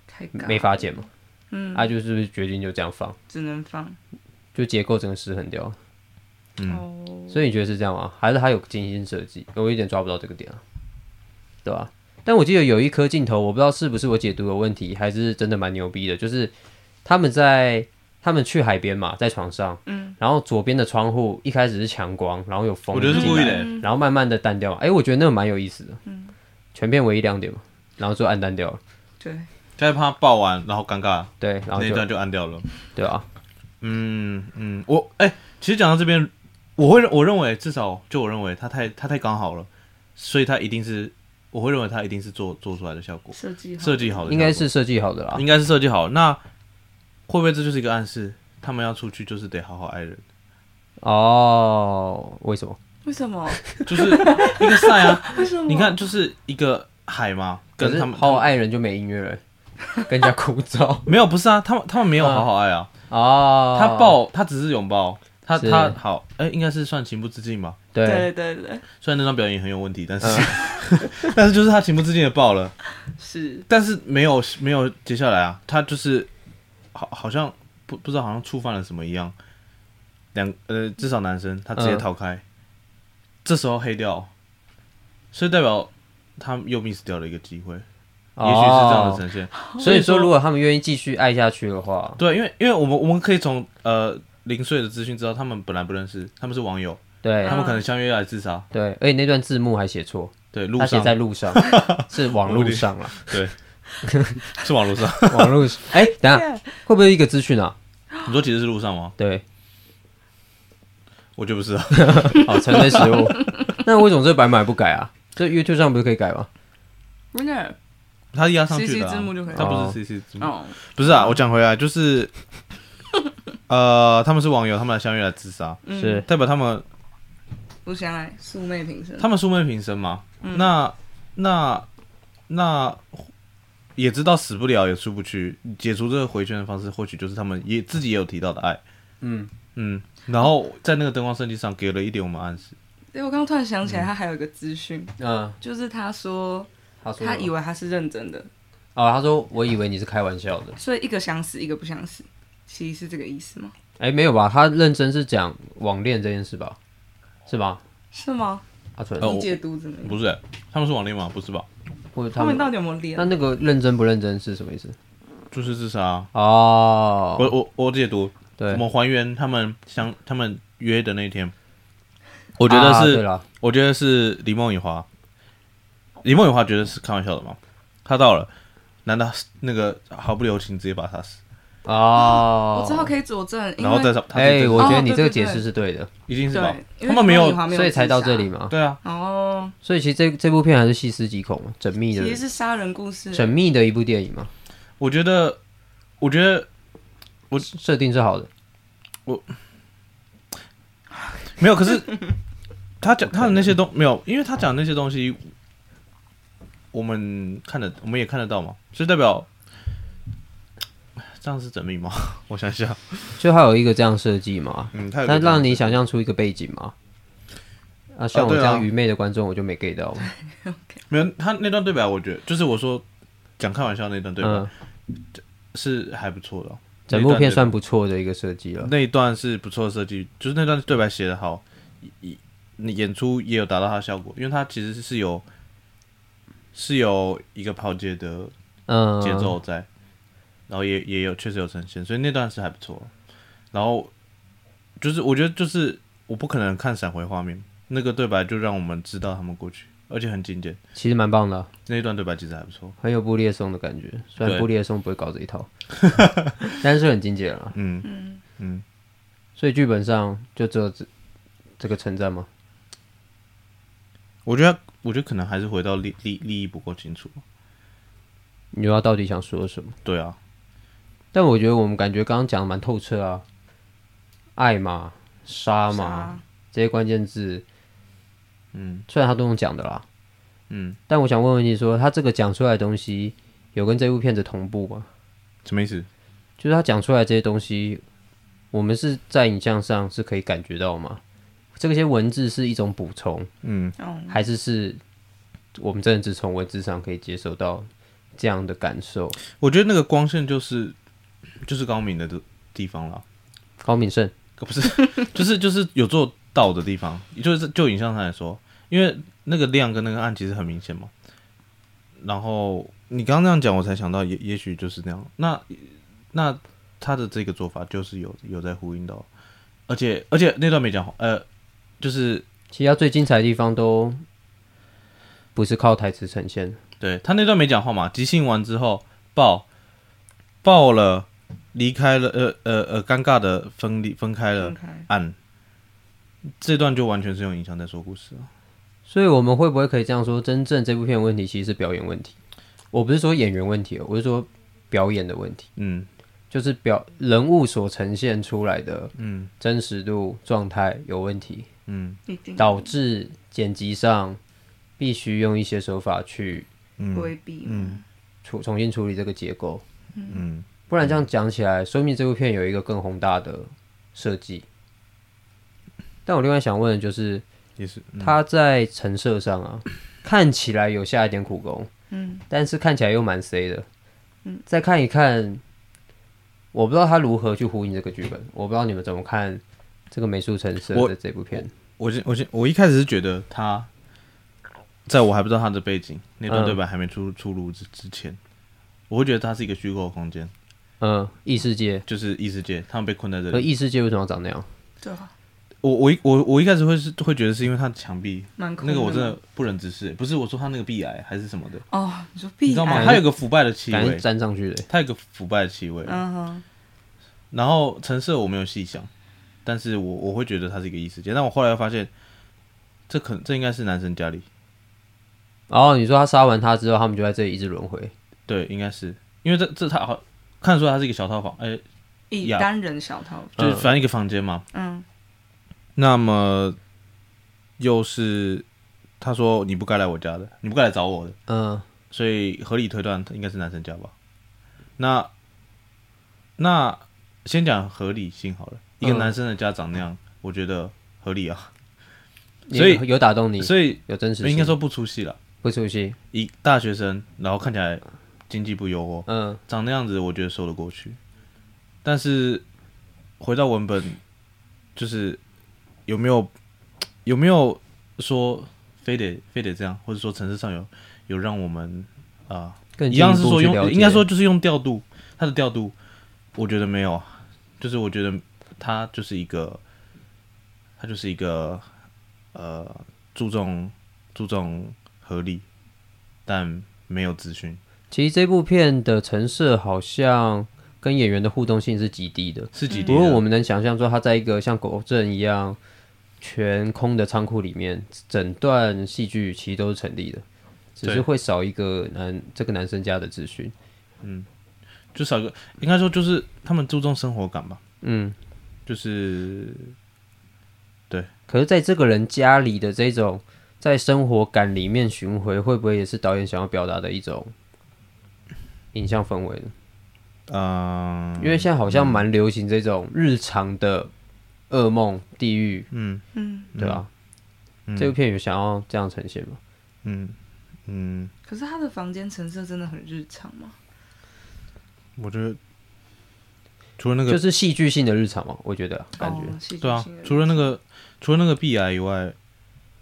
Speaker 2: 太尬
Speaker 1: 没法剪嘛。
Speaker 2: 嗯，
Speaker 1: 他就是决定就这样放，
Speaker 2: 只能放。
Speaker 1: 就结构整个失衡掉了。
Speaker 3: 嗯，
Speaker 2: 哦，
Speaker 1: 所以你觉得是这样吗？还是他有精心设计？我有一点抓不到这个点啊，对吧、但我记得有一颗镜头，我不知道是不是我解读有问题，还是真的蛮牛逼的。就是他们在他们去海边嘛，在床上，
Speaker 2: 嗯，
Speaker 1: 然后左边的窗户一开始是强光，然后有风，
Speaker 3: 我觉得是故意的、
Speaker 2: 嗯
Speaker 1: 然后慢慢的淡掉嘛。哎、我觉得那个蛮有意思的，嗯，全片唯一亮点嘛，然后就暗淡掉了，
Speaker 2: 对，
Speaker 3: 再怕爆完然后尴尬，
Speaker 1: 对，然后
Speaker 3: 那一
Speaker 1: 就
Speaker 3: 段就按掉了。
Speaker 1: 对啊，
Speaker 3: 嗯嗯，我哎、其实讲到这边，我会我认为至少就我认为他太他太刚好了，所以他一定是我会认为他一定是做做出来的效果，
Speaker 2: 设计好
Speaker 3: 设计好的效果
Speaker 1: 应该是设计好的啦
Speaker 3: 应。该是设计好。那会不会这就是一个暗示？他们要出去就是得好好 爱人，
Speaker 1: 哦，为什么？
Speaker 2: 为什么？
Speaker 3: 就是一个赛啊！
Speaker 2: 为什么？
Speaker 3: 你看，就是一个海嘛，
Speaker 1: 可
Speaker 3: 跟
Speaker 1: 是
Speaker 3: 他们
Speaker 1: 好好爱人就没音 乐了，更加枯燥。
Speaker 3: 没有不是啊，他们他们没有好好爱啊，
Speaker 1: 哦，
Speaker 3: 他抱他只是拥抱，他
Speaker 1: 是
Speaker 3: 他好哎、应该是算情不自禁吧。
Speaker 1: 对
Speaker 2: 对对对，
Speaker 3: 虽然那张表演很有问题，但是、 但是就是他情不自禁的抱了，
Speaker 2: 是
Speaker 3: 但是没有没有接下来啊，他就是好好像不不知道好像触犯了什么一样，两呃至少男生他直接
Speaker 1: 嗯
Speaker 3: 逃开，这时候黑掉，所以代表他又 miss 掉了一个机会，也许是这样的
Speaker 1: 哦
Speaker 3: 呈现。
Speaker 1: 所以
Speaker 3: 所以说
Speaker 1: 说，如果他们愿意继续爱下去的话，
Speaker 3: 对，因为因为我们我们可以从呃零碎的资讯知道，他们本来不认识，他们是网友，
Speaker 1: 对
Speaker 3: 他们可能相约来自杀，
Speaker 1: 对，而且那段字幕还写错，
Speaker 3: 对，路
Speaker 1: 他写
Speaker 3: 上
Speaker 1: 在路 上，是网路上啦，
Speaker 3: 对， 是网络上。
Speaker 1: 网路上。哎， 等一下会不会一个资讯啊？
Speaker 3: 你说其实是路上吗？
Speaker 1: 对，
Speaker 3: 我觉得不是啊，
Speaker 1: 好，承认失误。那为什么这白买不改啊？这 YouTube 上不是可以改吗？
Speaker 2: winner
Speaker 3: 他压上去
Speaker 2: CC
Speaker 3: 的、啊，
Speaker 2: 字幕就可以
Speaker 3: 他
Speaker 1: 了
Speaker 3: 不是 CC 字幕，
Speaker 2: 哦，
Speaker 3: 不是啊。我讲回来就是， 呃，他们是网友，他们来相约来自杀，
Speaker 2: 嗯
Speaker 1: 是
Speaker 3: 代表他们
Speaker 2: 不相爱，素昧平生。
Speaker 3: 他们素昧平生嘛。
Speaker 2: 嗯
Speaker 3: 那那那也知道死不了，也出不去，解除这个回圈的方式，或许就是他们也自己也有提到的爱。
Speaker 1: 嗯，
Speaker 3: 嗯，然后在那个灯光设计上给了一点我们暗示，
Speaker 2: 对，我刚刚突然想
Speaker 3: 嗯
Speaker 2: 起来，他还有一个资讯，
Speaker 1: 嗯，
Speaker 2: 就是他说
Speaker 1: 他说
Speaker 2: 他以为他是认真的，
Speaker 1: 哦，他说我以为你是开玩笑的。
Speaker 2: 所以一个想死，一个不想死，其实是这个意思吗？
Speaker 1: 哎，没有吧？他认真是讲网恋这件事吧？是吧？
Speaker 2: 是吗？
Speaker 1: 阿纯
Speaker 3: 呃，我
Speaker 2: 你解读怎么样？
Speaker 3: 不是，他们是网恋吗？不是吧？
Speaker 1: 或者
Speaker 2: 他
Speaker 1: 他
Speaker 2: 们
Speaker 1: 们
Speaker 2: 到底有没有恋
Speaker 1: 那？那个认真不认真是什么意思？
Speaker 3: 就是自杀、啊。
Speaker 1: 哦，
Speaker 3: 我我我解读，
Speaker 1: 对
Speaker 3: 我，们还原他们相他们约的那一天，我觉得
Speaker 1: 啊
Speaker 3: 是
Speaker 1: 对，了，
Speaker 3: 我觉得是李梦雨华，李梦雨华觉得是开玩笑的嘛，他到了，难道是那个毫不留情直接把他杀死，
Speaker 1: 哦，
Speaker 2: 我之后可以佐证，因
Speaker 3: 然后再
Speaker 2: 为
Speaker 3: 上，他自己
Speaker 1: 哎，
Speaker 3: 再
Speaker 1: 我觉得
Speaker 2: 哦
Speaker 1: 你
Speaker 2: 对
Speaker 1: 这个
Speaker 2: 对
Speaker 1: 解
Speaker 2: 对
Speaker 1: 释是对的，
Speaker 3: 一定是吧
Speaker 2: 对，？因为
Speaker 3: 他们没
Speaker 2: 王
Speaker 3: 有
Speaker 2: 以，华没有
Speaker 1: 所以才到
Speaker 2: 自杀
Speaker 1: 这里。嘛。
Speaker 3: 对啊，
Speaker 2: 哦，
Speaker 1: 所以其实这这部片还是细思极恐嘛，缜密
Speaker 2: 其实
Speaker 1: 的
Speaker 2: 是杀人故事。
Speaker 1: 缜密的一部电影嘛，
Speaker 3: 我觉得，我觉得
Speaker 1: 设定是好的。
Speaker 3: 没有，可是他讲他的那些东没有，因为他讲的那些东西，我们看得我们也看得到嘛，所以代表。这样是缜密吗？ 我想想，
Speaker 1: 就还有一个这样设计嘛，
Speaker 3: 嗯，他有
Speaker 1: 它
Speaker 3: 个这样
Speaker 1: 让你想象出一个背景嘛。啊，像我
Speaker 3: 对啊
Speaker 1: 这样愚昧的观众，我就没 get 到嘛。
Speaker 3: 没有，他那段对白，我觉得就是我说讲开玩笑那段对白、啊
Speaker 1: 嗯，
Speaker 3: 是还不错的哦、
Speaker 1: 整部片
Speaker 3: 那一段
Speaker 1: 算不错的一个设计
Speaker 3: 对
Speaker 1: 了。
Speaker 3: 那一段是不错的设计，就是那段对白写的好，演演出也有达到它的效果，因为它其实是有是有一个抛接的
Speaker 1: 嗯，
Speaker 3: 节奏在，然后也也有确实有呈现，所以那段是还不错。然后就是我觉得就是我不可能看闪回画面，那个对白就让我们知道他们过去，而且很经典。
Speaker 1: 其实蛮棒的啊，
Speaker 3: 那一段对白其实还不错，
Speaker 1: 很有布列松的感觉。虽然
Speaker 3: 对
Speaker 1: 布列松不会搞这一套， 但是很经典了。
Speaker 3: 嗯
Speaker 2: 嗯，
Speaker 3: 嗯，
Speaker 1: 所以剧本上就只有这这个称赞吗？
Speaker 3: 我觉得，我觉得可能还是回到利利利益不够清楚。
Speaker 1: 你又要到底想说什么？
Speaker 3: 对啊，
Speaker 1: 但我觉得我们感觉刚刚讲的蛮透彻啊，爱嘛、杀嘛
Speaker 2: 杀
Speaker 1: 这些关键字，
Speaker 3: 嗯
Speaker 1: 虽然他都用讲的啦，
Speaker 3: 嗯，
Speaker 1: 但我想问问你说，他这个讲出来的东西有跟这部片子同步吗？
Speaker 3: 什么意思？
Speaker 1: 就是他讲出来这些东西，我们是在影像上是可以感觉到吗？这些文字是一种补充，
Speaker 3: 嗯，
Speaker 2: 哦，
Speaker 1: 还是是我们真的只从文字上可以接受到这样的感受？
Speaker 3: 我觉得那个光线就是就是高明的地地方了，
Speaker 1: 高敏胜
Speaker 3: 可不是， 就是就是有做到的地方，就是就影像上来说，因为那个亮跟那个暗其实很明显嘛。然后你刚刚那样讲，我才想到也也许就是那样。那那他的这个做法就是有有在呼应到，而且而且那段没讲好，呃，就是
Speaker 1: 其他最精彩的地方都不是靠台词呈现，
Speaker 3: 对他那段没讲话嘛，即兴完之后爆爆了，离开了，呃呃呃，尴尬的分离分开了
Speaker 2: 分，开
Speaker 3: 按这段就完全是用影像在说故事啊。
Speaker 1: 所以我们会不会可以这样说，真正这部片的问题其实是表演问题？我不是说演员问题哦，我是说表演的问题，
Speaker 3: 嗯
Speaker 1: 就是表人物所呈现出来的
Speaker 3: 嗯
Speaker 1: 真实度状态有问题，
Speaker 3: 嗯
Speaker 2: 一定
Speaker 1: 导致剪辑上必须用一些手法去
Speaker 3: 嗯
Speaker 2: 规避嘛，
Speaker 3: 嗯
Speaker 1: 处重新处理这个结构。
Speaker 3: 嗯，
Speaker 1: 不然这样讲起来，说明这部片有一个更宏大的设计。但我另外想问的就是，
Speaker 3: 也是嗯
Speaker 1: 它在成色上啊，看起来有下一点苦功，
Speaker 2: 嗯，
Speaker 1: 但是看起来又蛮 C 的。嗯，再看一看，我不知道他如何去呼应这个剧本，我不知道你们怎么看这个美术成色
Speaker 3: 我
Speaker 1: 的这部片。
Speaker 3: 我先我先我一开始是觉得他，在我还不知道他的背景那段
Speaker 1: 嗯
Speaker 3: 对白还没出出炉之之前，我会觉得它是一个虚构的空间，
Speaker 1: 嗯，异世界，
Speaker 3: 就是异世界，他们被困在这
Speaker 1: 而
Speaker 3: 里。
Speaker 1: 异世界为什么要长那样？
Speaker 2: 对啊，
Speaker 3: 我我一我我一开始会是会觉得是因为它的墙壁
Speaker 2: 蛮空
Speaker 3: 那个我
Speaker 2: 嘛
Speaker 3: 真的不忍直视，不是我说他那个壁癌还是什么的，
Speaker 2: 哦，你说
Speaker 3: 你
Speaker 2: 避
Speaker 3: 知道吗？
Speaker 1: 癌
Speaker 3: 它有个腐败的气
Speaker 1: 哎感觉
Speaker 3: 味，
Speaker 1: 粘上去的。欸
Speaker 3: 它有个腐败的气味。
Speaker 2: 嗯哼，
Speaker 3: 然后橙色我没有细想，但是我我会觉得它是一个异世界。但我后来发现，这可这应该是男生家里，
Speaker 1: 然哦后你说他杀完他之后，他们就在这里一直轮回。
Speaker 3: 对，应该是因为这这他好看得出来它是一个小套房，哎、
Speaker 2: 以
Speaker 3: 呀
Speaker 2: 单人小套，
Speaker 3: 就是
Speaker 1: 嗯
Speaker 3: 反正一个房间嘛。
Speaker 2: 嗯，
Speaker 3: 那么又是他说你不该来我家的，你不该来找我的，
Speaker 1: 嗯，
Speaker 3: 所以合理推断应该是男生家吧。那那先讲合理性好了，一个
Speaker 1: 嗯
Speaker 3: 男生的家长那样，我觉得合理啊。
Speaker 1: 你
Speaker 3: 所以
Speaker 1: 有打动你，
Speaker 3: 所以
Speaker 1: 有真实性，
Speaker 3: 应该说不出戏了，
Speaker 1: 不出戏。
Speaker 3: 一大学生，然后看起来经济不优渥，
Speaker 1: 嗯，
Speaker 3: 长那样子，我觉得说得过去。但是回到文本，就是有没有有没有说非得非得这样，或者说城市上有有让我们啊、
Speaker 1: 更
Speaker 3: 一
Speaker 1: 进
Speaker 3: 样是
Speaker 1: 步
Speaker 3: 说
Speaker 1: 去了
Speaker 3: 用，
Speaker 1: 解
Speaker 3: 应该说就是用调度，它的调度，我觉得没有，就是我觉得它就是一个，它就是一个呃注重注重合理，但没有资讯，
Speaker 1: 其实这部片的成色好像跟演员的互动性是极低的。
Speaker 3: 是几
Speaker 1: 嗯
Speaker 3: 啊
Speaker 1: 不
Speaker 3: 滴
Speaker 1: 过我
Speaker 3: 的，
Speaker 1: 们能想象说，他在一个像狗镇一样全空的仓库里面，整段戏剧其实都是成立的，只是
Speaker 3: 对
Speaker 1: 会少一个男这个男生家的资讯。
Speaker 3: 就少一个，应该说就是他们注重生活感吧，
Speaker 1: 嗯，
Speaker 3: 就是
Speaker 1: 可是在这个人家里的这种在生活感里面巡回，会不会也是导演想要表达的一种影像氛围呢？
Speaker 3: 嗯、
Speaker 1: 因为现在好像蛮流行这种日常的噩梦、地狱，
Speaker 3: 嗯
Speaker 1: 对吧？
Speaker 3: 嗯
Speaker 1: 这部片有想要这样呈现吗？
Speaker 3: 嗯嗯，
Speaker 2: 可是他的房间成色真的很日常嘛，
Speaker 3: 我觉得除了那个
Speaker 1: 就是戏剧性的日常嘛，我觉得啊感觉。
Speaker 2: 哦戏剧
Speaker 3: 对啊
Speaker 2: 性的，
Speaker 3: 除了那个除了那个壁癌以外，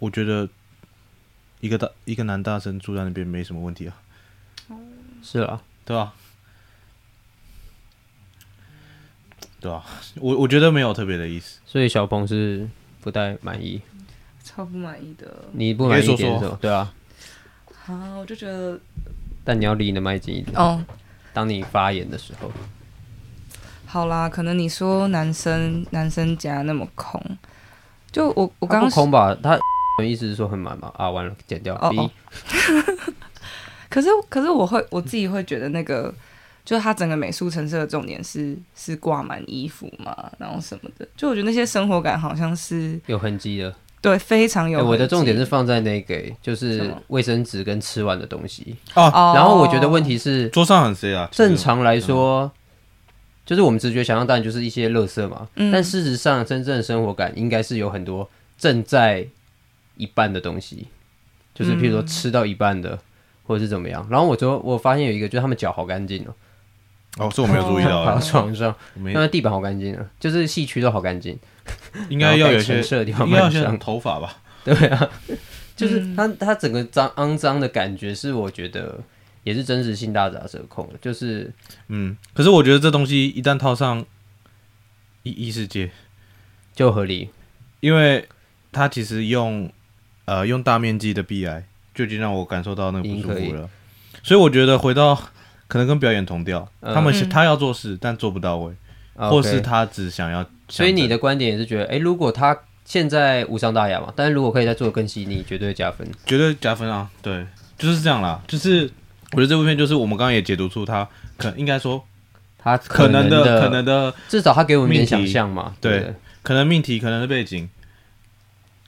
Speaker 3: 我觉得一个大一个男大生住在那边没什么问题啊，
Speaker 1: 是啊，
Speaker 3: 对吧、对啊，我我觉得没有特别的意思，
Speaker 1: 所以小鹏是不太满意，
Speaker 2: 超不满意的
Speaker 1: 你不满意
Speaker 3: 你可以说
Speaker 1: 点是什
Speaker 3: 说
Speaker 1: 么？对啊，
Speaker 2: 啊，我就觉得
Speaker 1: 但你要离你的麦近一点。
Speaker 2: 哦，
Speaker 1: 当你发言的时候，
Speaker 2: 好啦，可能你说男生男生家那么空，就我我
Speaker 1: 我
Speaker 2: 刚刚
Speaker 1: 空吧，他意思是说很满嘛？啊，完了，剪掉。
Speaker 2: 哦
Speaker 1: B，
Speaker 2: 哦可是可是我会我自己会觉得那个，就是它整个美术陈设的重点是是挂满衣服嘛，然后什么的，就我觉得那些生活感好像是
Speaker 1: 有痕迹的。
Speaker 2: 对非常有、
Speaker 1: 哎我的重点是，放在那个就
Speaker 2: 什
Speaker 1: 是
Speaker 2: 么
Speaker 1: 卫生纸跟吃完的东西。
Speaker 2: 哦、
Speaker 1: 然后我觉得问题是，
Speaker 3: 啊桌上很 C 啊，
Speaker 1: 正常来说，嗯就是我们直觉想象，当然就是一些垃圾嘛。
Speaker 2: 嗯
Speaker 1: 但事实上，真正的生活感应该是有很多正在一半的东西，就是譬如说吃到一半的，或者是怎么样。然后我就我发现有一个，就是他们脚好干净哦，
Speaker 3: 哦，这我没有注意到
Speaker 1: 爬到
Speaker 3: 啊，
Speaker 1: 床上，
Speaker 3: 我没
Speaker 1: 那地板好干净啊，就是戏区都好干净。
Speaker 3: 应该要有些
Speaker 1: 然后该陈设的地方
Speaker 3: 应该要有
Speaker 1: 蛮
Speaker 3: 些
Speaker 1: 像
Speaker 3: 头发吧？
Speaker 1: 对啊，就是它它整个脏肮脏的感觉是我觉得也是真实性大打折扣的，就是
Speaker 3: 嗯，可是我觉得这东西一旦套上异异世界，
Speaker 1: 就合理。
Speaker 3: 因为它其实用呃用大面积的壁癌，就已经让我感受到那个不舒
Speaker 1: 已经
Speaker 3: 服
Speaker 1: 可
Speaker 3: 了。所以我觉得回到可能跟表演同调，
Speaker 1: 嗯
Speaker 3: 他们是
Speaker 2: 嗯
Speaker 3: 他要做事，但做不到位，
Speaker 1: 啊
Speaker 3: 或
Speaker 1: OK
Speaker 3: 是他只想要。
Speaker 1: 所以你
Speaker 3: 想着
Speaker 1: 的观点也是觉得，哎、如果他现在无伤大雅嘛，但是如果可以再做的更细腻，绝对加分。
Speaker 3: 绝对加分啊！对，就是这样啦。就是我觉得这部片就是我们刚刚也解读出它可应该说
Speaker 1: 他
Speaker 3: 可
Speaker 1: 能
Speaker 3: 能的
Speaker 1: 的，
Speaker 3: 可能的
Speaker 1: 至少他给我们一点
Speaker 3: 命题
Speaker 1: 想象嘛，
Speaker 3: 对
Speaker 1: 对不对
Speaker 3: 可能命题可能的背景，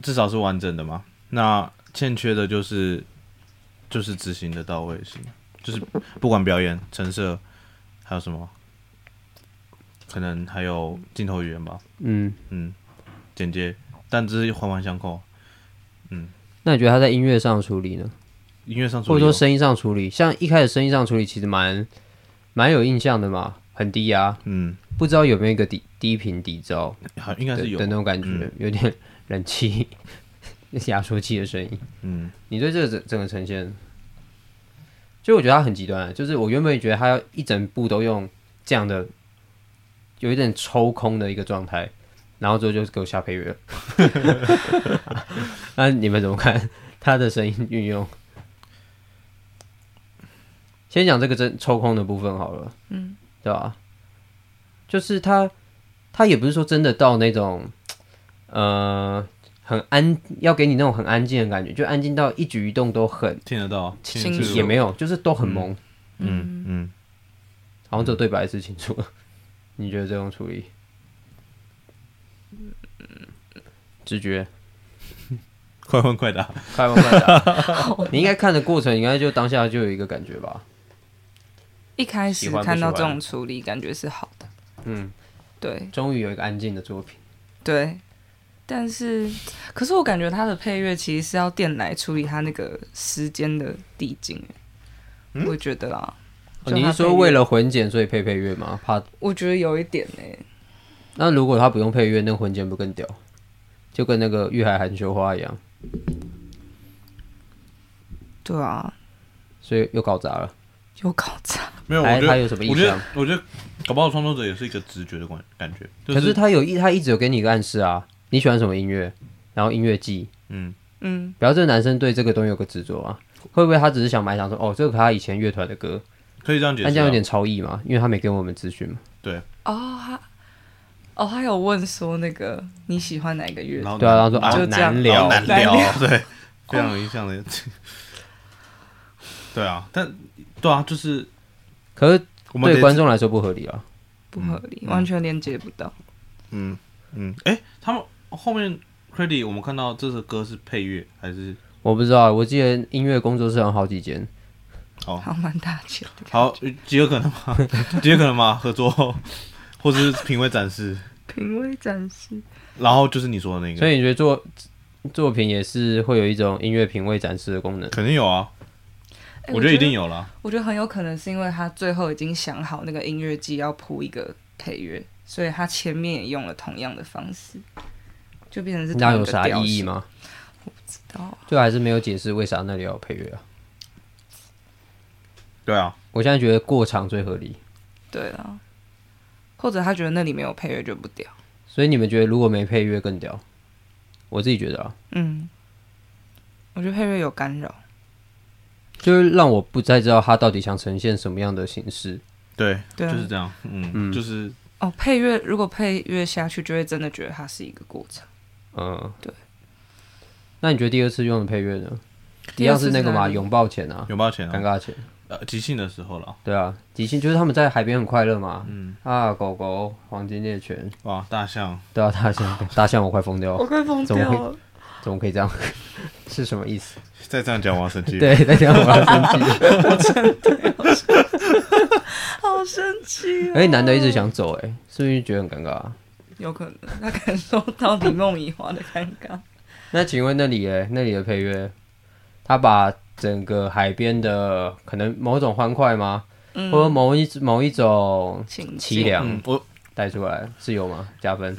Speaker 3: 至少是完整的嘛。那欠缺的就是就是执行的到位性，就是不管表演、陈设，还有什么，可能还有镜头语言吧，
Speaker 1: 嗯。
Speaker 3: 嗯，剪接，但这是环环相扣。
Speaker 1: 那你觉得他在音乐上处理呢，
Speaker 3: 音乐上处
Speaker 1: 或者
Speaker 3: 理哦
Speaker 1: 说
Speaker 3: 有
Speaker 1: 声音上处理？像一开始声音上处理其实蛮蛮有印象的嘛，很低压，
Speaker 3: 嗯，
Speaker 1: 不知道有没有一个低低频底噪
Speaker 3: 好，应该
Speaker 1: 的
Speaker 3: 是有
Speaker 1: 的，那种感觉，
Speaker 3: 嗯
Speaker 1: 有点 冷气压缩器的声音。
Speaker 3: 嗯。
Speaker 1: 你对这个整整个呈现，就我觉得它很极端啊，就是我原本也觉得它要一整部都用这样的，有一点抽空的一个状态，然后之后就给我下配乐了。 那你们怎么看它的声音运用？先讲这个真抽空的部分好了，嗯，对吧？就是它，它也不是说真的到那种，呃，很安，要给你那种很安静的感觉，就安静到一举一动都很，
Speaker 3: 听得到，
Speaker 2: 清
Speaker 3: 听得
Speaker 2: 楚
Speaker 3: 清楚
Speaker 1: 也没有，就是都很萌，
Speaker 3: 嗯嗯，
Speaker 1: 好像只有对白是清楚的。 你觉得这种处理？直觉，
Speaker 3: 快问快答，
Speaker 1: 快问快答。你应该看的过程，应该就当下就有一个感觉吧？
Speaker 2: 一开
Speaker 1: 喜
Speaker 2: 始
Speaker 1: 欢不
Speaker 2: 看到
Speaker 1: 喜
Speaker 2: 这
Speaker 1: 欢
Speaker 2: 种处理，感觉是好的。
Speaker 1: 嗯，
Speaker 2: 对
Speaker 1: 终于有一个安静的作品。
Speaker 2: 对，但是，可是我感觉他的配乐其实是要电来处理他那个时间的递进。我觉得啦，
Speaker 1: 嗯哦
Speaker 2: 就
Speaker 1: 你
Speaker 2: 它
Speaker 1: 是说
Speaker 2: 配乐
Speaker 1: 为了混剪所以配配乐吗？怕
Speaker 2: 我觉得有一点哎、
Speaker 1: 那如果他不用配乐，那个混剪不更屌？就跟那个《玉海含羞花》一样，
Speaker 2: 对啊，
Speaker 1: 所以又搞砸了。
Speaker 2: 有搞砸，
Speaker 3: 没有，我
Speaker 1: 还
Speaker 3: 觉得
Speaker 1: 还有什么意啊
Speaker 3: 我觉
Speaker 1: 向
Speaker 3: 得，我觉得，搞不好创作者也是一个直觉的感感觉，就
Speaker 1: 可是他有一他一直有给你一个暗示啊，你喜欢什么音乐，然后音乐季，
Speaker 3: 嗯，
Speaker 2: 嗯，
Speaker 1: 不要这个男生对这个东西有个执着啊。会不会他只是想买想说，哦，这个他以前乐团的歌，
Speaker 3: 可以这样解释
Speaker 1: 但
Speaker 3: 啊，
Speaker 1: 这样有点超意嘛，因为他没给我们资讯嘛。
Speaker 3: 对，
Speaker 2: 哦，他，哦，他有问说那个你喜欢哪一个乐
Speaker 3: 然
Speaker 2: 队？
Speaker 3: 后
Speaker 1: 对啊，然后说
Speaker 3: 然后
Speaker 1: 啊
Speaker 2: 就这样哦
Speaker 1: 难
Speaker 3: 然
Speaker 1: 聊
Speaker 3: 后，难
Speaker 2: 聊
Speaker 3: 聊，对，非常有印象的，对啊，但对啊，就是
Speaker 1: 可是
Speaker 3: 我们
Speaker 1: 对
Speaker 3: 得
Speaker 1: 观众来说不合理啊。
Speaker 2: 不合理，完全连接不到。
Speaker 3: 嗯嗯，哎，他们后面 credit 我们看到这首歌是配乐还是
Speaker 1: 我不知道，啊我记得音乐工作室有好几间，
Speaker 3: 好
Speaker 2: 好，蛮大气的。
Speaker 3: 好极有可能吗？极有可能吗？合作或是品味展示，
Speaker 2: 品味展示，
Speaker 3: 然后就是你说的那
Speaker 1: 所
Speaker 3: 个，
Speaker 1: 以你觉得作作品也是会有一种音乐品味展示的功能？
Speaker 3: 肯定有啊，
Speaker 2: 哎
Speaker 3: 我觉得一定。有啦。
Speaker 2: 我觉得很有可能是因为他最后已经想好那个音乐季要铺一个配乐，所以他前面也用了同样的方式，就变成是
Speaker 1: 那
Speaker 2: 同一
Speaker 1: 有
Speaker 2: 个
Speaker 1: 啥
Speaker 2: 调
Speaker 1: 意义
Speaker 2: 性？
Speaker 1: 吗？
Speaker 2: 哦，
Speaker 1: 就还是没有解释为啥那里要有配乐啊？
Speaker 3: 对啊，
Speaker 1: 我现在觉得过场最合理。
Speaker 2: 对啊，或者他觉得那里没有配乐就不屌。
Speaker 1: 所以你们觉得如果没配乐更屌？我自己觉得啊，
Speaker 2: 嗯，我觉得配乐有干扰。
Speaker 1: 就是让我不太知道他到底想呈现什么样的形式。
Speaker 3: 对，
Speaker 2: 对啊
Speaker 3: 就是这样，嗯，
Speaker 1: 嗯
Speaker 3: 就是
Speaker 2: 哦，配乐如果配乐下去，就会真的觉得它是一个过程。
Speaker 1: 嗯，
Speaker 2: 对。
Speaker 1: 那你觉得第二次用的配乐呢？一
Speaker 2: 第二
Speaker 1: 样
Speaker 2: 次
Speaker 1: 是那个
Speaker 2: 是哪
Speaker 1: 嘛，
Speaker 2: 里
Speaker 1: 拥抱前啊，
Speaker 3: 拥抱前
Speaker 1: 尴
Speaker 3: 啊，
Speaker 1: 尬前。
Speaker 3: 呃，即兴的时候了，
Speaker 1: 对啊，即兴就是他们在海边很快乐嘛。
Speaker 3: 嗯，
Speaker 1: 啊，狗狗、黄金猎犬，
Speaker 3: 哇，大象，
Speaker 1: 对啊，大 象，大象，我快疯掉了，
Speaker 2: 快疯
Speaker 1: 哦怎么会掉！怎么可以这样？是什么意思？
Speaker 3: 再这样讲我要生 气，
Speaker 1: 对，大家我要生气。
Speaker 2: 好生气、哦！
Speaker 1: 而且哎男的一直想走、欸，哎，是不是觉得很尴尬、啊？
Speaker 2: 有可能他感受到你梦遗花的尴尬。
Speaker 1: 那请问那里诶，那里的配乐，他把整个海边的可能某种欢快吗？
Speaker 2: 嗯
Speaker 1: 或者某一某一种
Speaker 2: 情
Speaker 1: 凄
Speaker 2: 景
Speaker 1: 凉
Speaker 3: 嗯，我
Speaker 1: 带出来，是有吗？加分，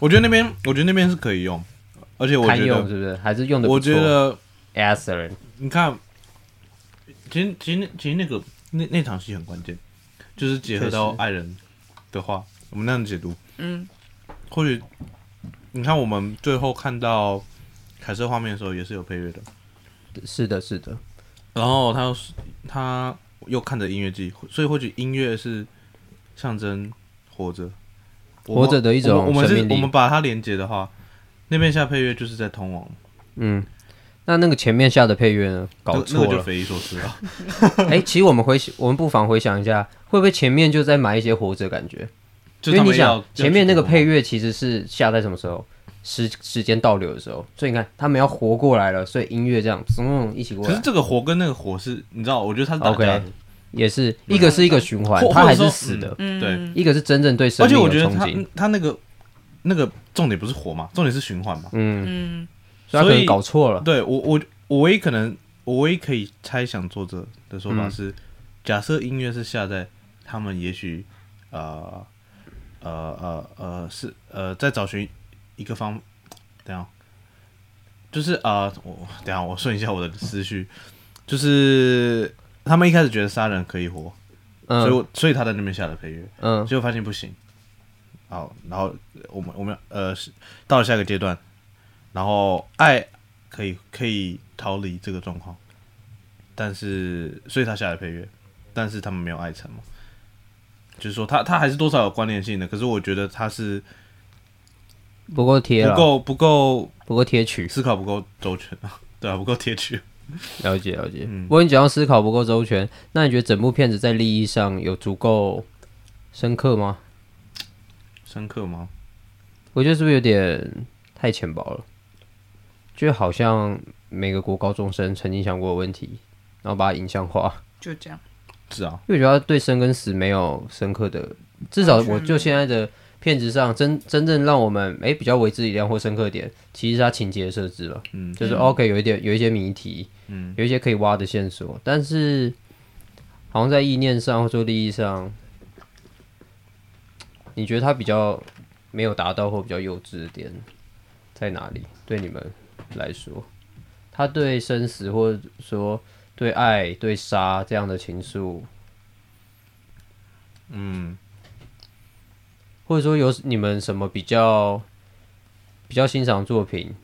Speaker 3: 我觉得那边，我觉得那边是可以用，而且我
Speaker 1: 堪
Speaker 3: 觉
Speaker 1: 用
Speaker 3: 得，
Speaker 1: 是不是？还是用的
Speaker 3: 我觉得
Speaker 1: excellent，
Speaker 3: 你看，其实其实那其实那个那那场戏很关键，就是结合到
Speaker 1: 确实
Speaker 3: 爱人的话，我们那样解读，
Speaker 2: 嗯
Speaker 3: 或许你看我们最后看到凯瑟画面的时候也是有配乐的，
Speaker 1: 是的，是的，
Speaker 3: 然后他又是他又看着音乐剧，所以或许音乐是象征活着，我们
Speaker 1: 活着的一种
Speaker 3: 我们我们
Speaker 1: 生
Speaker 3: 是
Speaker 1: 命力
Speaker 3: 我们把它连接的话，那边下配乐就是在通往，
Speaker 1: 嗯。那那个前面下的配乐呢？搞
Speaker 3: 那
Speaker 1: 错
Speaker 3: 那个
Speaker 1: 了
Speaker 3: 就。匪夷所思 了。
Speaker 1: 哎、其实我们回，我们不妨回想一下，会不会前面就在埋一些活着感觉？
Speaker 3: 就
Speaker 1: 因
Speaker 3: 他
Speaker 1: 为
Speaker 3: 们
Speaker 1: 你想
Speaker 3: 要
Speaker 1: 前面那个配
Speaker 3: 乐，
Speaker 1: 乐其实是下在什么时候？时时间倒流的时候，所以你看他们要活过来了，所以音乐这样嗯一起过
Speaker 3: 可是
Speaker 1: 来，
Speaker 3: 这个火跟那个火是，你知道，我觉得它是打
Speaker 1: OK
Speaker 3: 架的
Speaker 1: 也是一个是一个循环
Speaker 3: 或，
Speaker 1: 它
Speaker 3: 或者
Speaker 1: 还
Speaker 3: 说
Speaker 1: 是死的，
Speaker 2: 嗯，
Speaker 3: 对
Speaker 1: 一个是真正对生
Speaker 3: 而且
Speaker 1: 命
Speaker 3: 我
Speaker 1: 有
Speaker 3: 觉得
Speaker 1: 憧
Speaker 3: 他
Speaker 1: 憬，
Speaker 3: 他那个那个重点不是火嘛，重点是循环嘛。
Speaker 1: 嗯，
Speaker 2: 嗯
Speaker 1: 所以他可
Speaker 3: 所
Speaker 1: 能
Speaker 3: 以
Speaker 1: 搞错了，
Speaker 3: 对我我我唯一可能我唯一可以猜想作者的说法是，假设音乐是下在他们也许呃呃呃呃是呃在找寻一个方，怎样？就是啊、呃我等一下我顺一下我的思绪，就是他们一开始觉得杀人可以活，所以
Speaker 1: 嗯
Speaker 3: 我所以他在那边下了配乐，
Speaker 1: 嗯
Speaker 3: 结果发现不行。好，然后我们我们呃是到了下一个阶段，然后爱可以可以逃离这个状况，但是所以他下了配乐，但是他们没有爱成嘛，就是说他他还是多少有关联性的，可是我觉得他是
Speaker 1: 不够贴
Speaker 3: 不
Speaker 1: 了，
Speaker 3: 够不够
Speaker 1: 不够贴曲，
Speaker 3: 思考不够周全啊， 对啊，不够贴切。
Speaker 1: 了解了解。
Speaker 3: 嗯
Speaker 1: 不过你讲到思考不够周全，那你觉得整部片子在利益上有足够深刻吗？
Speaker 3: 深刻吗？
Speaker 1: 我觉得是不是有点太浅薄了？就好像每个国高中生曾经想过的问题，然后把它影像化，
Speaker 2: 就这样，
Speaker 3: 是啊，
Speaker 1: 因为我觉得他对生跟死没有深刻的，至少
Speaker 2: 完全
Speaker 1: 我就现在的片子上真真正让我们诶比较为之一亮或深刻的点，其实是它情节的设置了，
Speaker 3: 嗯
Speaker 1: 就是哦
Speaker 2: 嗯
Speaker 1: OK 有一点有一些谜题，
Speaker 3: 嗯，
Speaker 1: 有一些可以挖的线索，但是好像在意念上或者利益上，你觉得他比较没有达到或比较幼稚的点在哪里？对你们来说，他对生死或者说对爱、对杀这样的情愫，
Speaker 3: 嗯，
Speaker 1: 或者说有你们什么比较比较欣赏作品，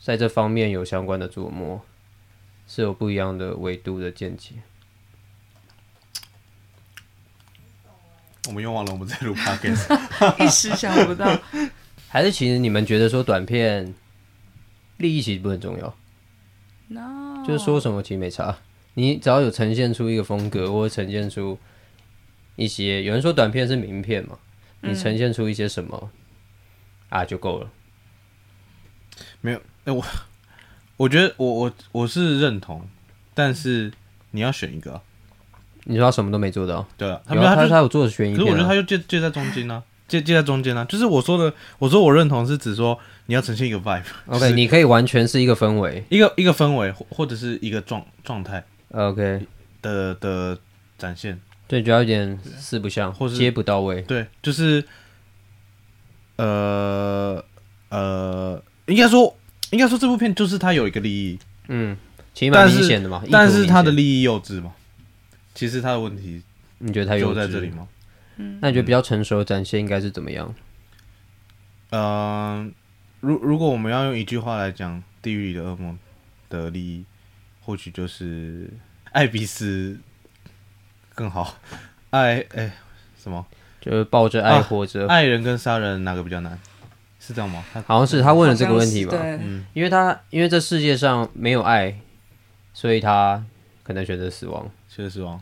Speaker 1: 在这方面有相关的琢磨，是有不一样的维度的见解。
Speaker 3: 我们又忘了我们在录 podcast。
Speaker 2: 一时想不到，
Speaker 1: 还是其实你们觉得说短片利益其实不很重要，
Speaker 2: no，
Speaker 1: 就是说什么其实没差，你只要有呈现出一个风格，或者呈现出一些，有人说短片是名片嘛，
Speaker 3: 嗯
Speaker 1: 你呈现出一些什么、啊就够了。
Speaker 3: 我觉得我我我是认同，但是你要选一个啊、
Speaker 1: 你说他什么都没做到，
Speaker 3: 对啊，他
Speaker 1: 有
Speaker 3: 们
Speaker 1: 啊
Speaker 3: 就
Speaker 1: 他
Speaker 3: 是
Speaker 1: 他有做悬疑
Speaker 3: 可是我
Speaker 1: 片、
Speaker 3: 觉得他
Speaker 1: 啊，
Speaker 3: 又介介在中间呢、介介在中间呢、啊就是我说的，我说我认同是指说你要呈现一个 vibe，就
Speaker 1: OK，
Speaker 3: 是
Speaker 1: 你可以完全是一个氛围
Speaker 3: 一个一个氛围或或者是一个状状态
Speaker 1: ，OK，
Speaker 3: 的的展现，
Speaker 1: 对，主要有点四不像，
Speaker 3: 或是
Speaker 1: 接不到位，
Speaker 3: 对，就是呃呃，应该说应该说这部片就是它有一个利益，
Speaker 1: 嗯，其实蛮
Speaker 3: 但是
Speaker 1: 明显的嘛，啊意图
Speaker 3: 但是
Speaker 1: 明
Speaker 3: 它的
Speaker 1: 显
Speaker 3: 利益幼稚嘛，其实它的问题
Speaker 1: 你觉得他有
Speaker 3: 就在这里？吗？
Speaker 1: 那你觉得比较成熟的展现应该是怎么样？
Speaker 3: 嗯，如如果我们要用一句话来讲《地狱里的噩梦》的利益，或许就是爱比死更好。爱哎、什么？
Speaker 1: 就是抱着爱
Speaker 3: 啊
Speaker 1: 活
Speaker 2: 呃
Speaker 1: 着，
Speaker 3: 爱人跟杀人哪个比较难？是这样吗？他
Speaker 1: 好像是他问了这个问题
Speaker 2: 好
Speaker 1: 吧？嗯
Speaker 2: 像是对，
Speaker 1: 因为他因为这世界上没有爱，所以他可能选择死亡，
Speaker 3: 确实哦，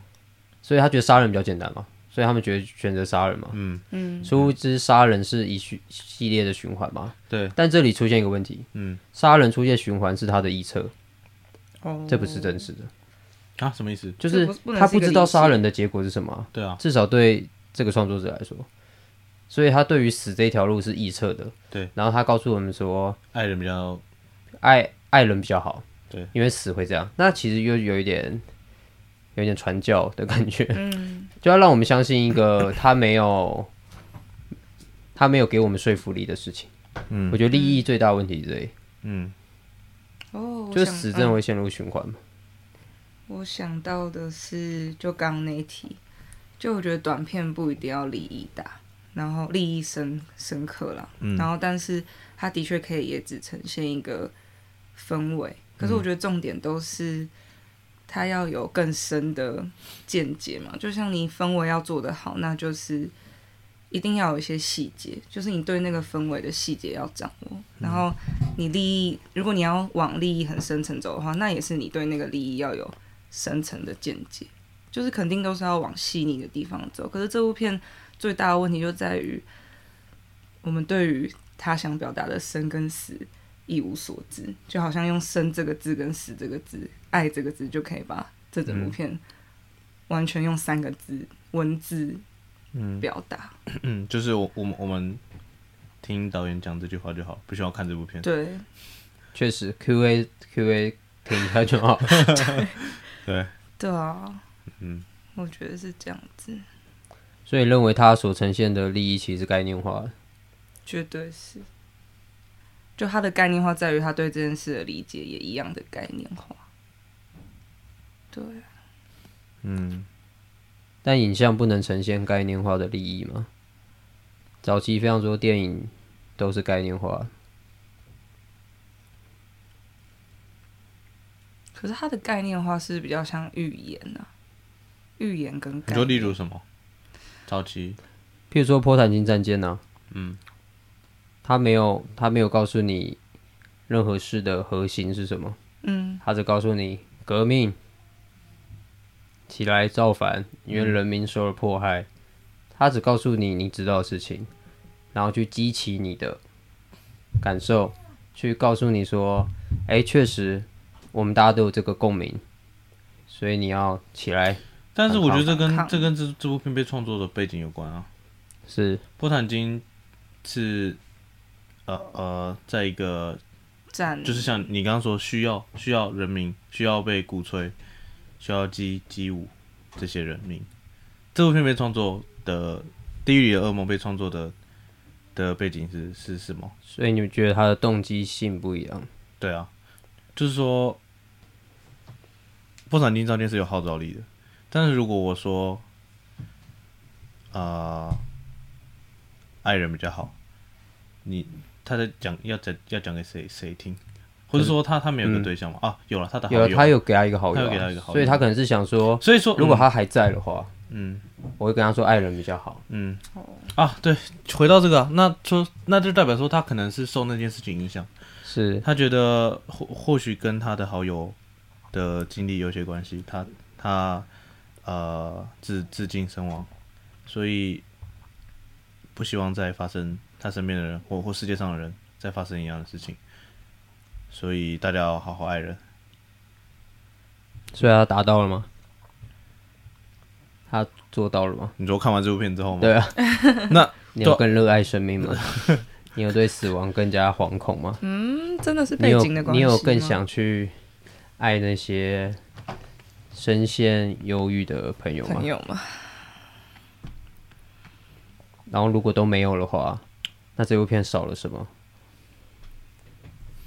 Speaker 1: 所以他觉得杀人比较简单嘛，所以他们觉得选择杀人嘛。
Speaker 3: 嗯，
Speaker 2: 嗯，
Speaker 1: 殊不知杀人是一系系列的循环嘛。
Speaker 3: 对，
Speaker 1: 但这里出现一个问题，
Speaker 3: 嗯
Speaker 1: 杀人出现循环是他的臆测，
Speaker 2: 哦
Speaker 1: 这不是真实的，
Speaker 3: 啊，什么意思？
Speaker 1: 就
Speaker 2: 这
Speaker 1: 是
Speaker 2: 不不能
Speaker 1: 他
Speaker 2: 是一
Speaker 1: 不
Speaker 2: 个
Speaker 1: 知道
Speaker 2: 理性
Speaker 1: 杀人的结果是什么啊、
Speaker 3: 对啊，
Speaker 1: 至少对这个创作者来说，所以他对于死这一条路是臆测的。
Speaker 3: 对，
Speaker 1: 然后他告诉我们说，
Speaker 3: 爱人比较
Speaker 1: 爱爱人比较好，
Speaker 3: 对，
Speaker 1: 因为死会这样。那其实又有一点，有点传教的感觉，
Speaker 2: 嗯，
Speaker 1: 就要让我们相信一个他没 有他没有给我们说服力的事情。
Speaker 3: 嗯
Speaker 1: 我觉得利益最大问题是这里，
Speaker 3: 嗯，
Speaker 2: 哦，我
Speaker 1: 就是
Speaker 2: 想
Speaker 1: 死真的
Speaker 2: 嗯
Speaker 1: 会陷入循环嘛。
Speaker 2: 我想到的是，就刚刚那一题，就我觉得短片不一定要利益大，然后利益深深刻啦，
Speaker 3: 嗯
Speaker 2: 然后但是它的确可以也只呈现一个氛围，可是我觉得重点都是它要有更深的见解嘛，就像你氛围要做得好，那就是一定要有一些细节，就是你对那个氛围的细节要掌握，然后你利益，如果你要往利益很深层走的话，那也是你对那个利益要有深层的见解，就是肯定都是要往细腻的地方走。可是这部片最大的问题就在于，我们对于他想表达的生跟死一无所知，就好像用“生”这个字跟“死”这个字、爱这个字就可以把这整部片完全用三个字文字
Speaker 3: 嗯
Speaker 2: 表达。
Speaker 3: 嗯，就是我我们我们听导演讲这句话就好，不需要看这部片。
Speaker 2: 对，
Speaker 1: 确实，Q A Q A 听一下就好。
Speaker 3: 对，
Speaker 2: 对啊，
Speaker 3: 嗯，
Speaker 2: 我觉得是这样子，
Speaker 1: 所以认为他所呈现的利益其实概念化的，
Speaker 2: 绝对是。就他的概念化在于他对这件事的理解也一样的概念化。对，啊
Speaker 3: 嗯，
Speaker 1: 但影像不能呈现概念化的利益嘛？早期非常多电影都是概念化，
Speaker 2: 可是它的概念化是比较像预言啊，预言跟
Speaker 3: 你
Speaker 2: 概
Speaker 3: 说例
Speaker 2: 念。
Speaker 3: 如什么？早期，
Speaker 1: 譬如说《波坦金战舰》呐，
Speaker 3: 嗯，
Speaker 1: 他没有他没有告诉你任何事的核心是什么，
Speaker 2: 嗯
Speaker 1: 他只告诉你革命起来造反，因为人民受了迫害，他只告诉你你知道的事情，然后去激起你的感受，去告诉你说，哎、确实我们大家都有这个共鸣，所以你要起来
Speaker 3: 但是我觉得这
Speaker 2: 很
Speaker 3: 跟
Speaker 2: 抗
Speaker 3: 这跟这这部片被创作的背景有关啊。
Speaker 1: 是
Speaker 3: 波坦金是呃呃，在一个
Speaker 2: 战啊
Speaker 3: 就是像你刚刚说，需要需要人民，需要被鼓吹，需要激激舞这些人民。这部片被创作的《地狱里的恶魔》被创作的的背景是是什么？
Speaker 1: 所以你们觉得他的动机性不一样？
Speaker 3: 对啊，就是说，波坦金照片是有号召力的，但是如果我说，啊、爱人比较好，你他在讲要讲要讲给谁谁听，或者说他他们有个对象嘛？啊，有了他的好
Speaker 1: 有
Speaker 3: 友，
Speaker 1: 啊，他有给他一个好
Speaker 3: 他
Speaker 1: 友
Speaker 3: 有
Speaker 1: 啊、
Speaker 3: 给他一个好友
Speaker 1: 所以他可能是想说，
Speaker 3: 所以说
Speaker 1: 如果他还在的话，
Speaker 3: 嗯
Speaker 1: 我会跟他说爱人比较好。
Speaker 3: 嗯啊，对，回到这个啊，那说那就代表说他可能是受那件事情影响，
Speaker 1: 是
Speaker 3: 他觉得或或许跟他的好友的经历有些关系，他他呃自自尽身亡，所以不希望再发生他身边的人或或世界上的人再发生一样的事情，所以大家要好好爱人。
Speaker 1: 所以他达到了吗？他做到了吗？
Speaker 3: 你说看完这部片之后吗？
Speaker 1: 对，啊，
Speaker 3: 那
Speaker 1: 你有更热爱生命吗？你有对死亡更加惶恐吗？
Speaker 2: 嗯，真的是
Speaker 1: 你
Speaker 2: 背
Speaker 1: 有
Speaker 2: 景的关
Speaker 1: 你
Speaker 2: 系吗
Speaker 1: 有更想去爱那些深陷忧郁的朋友吗
Speaker 2: 朋？友吗？
Speaker 1: 然后如果都没有的话，那这部片少了什么？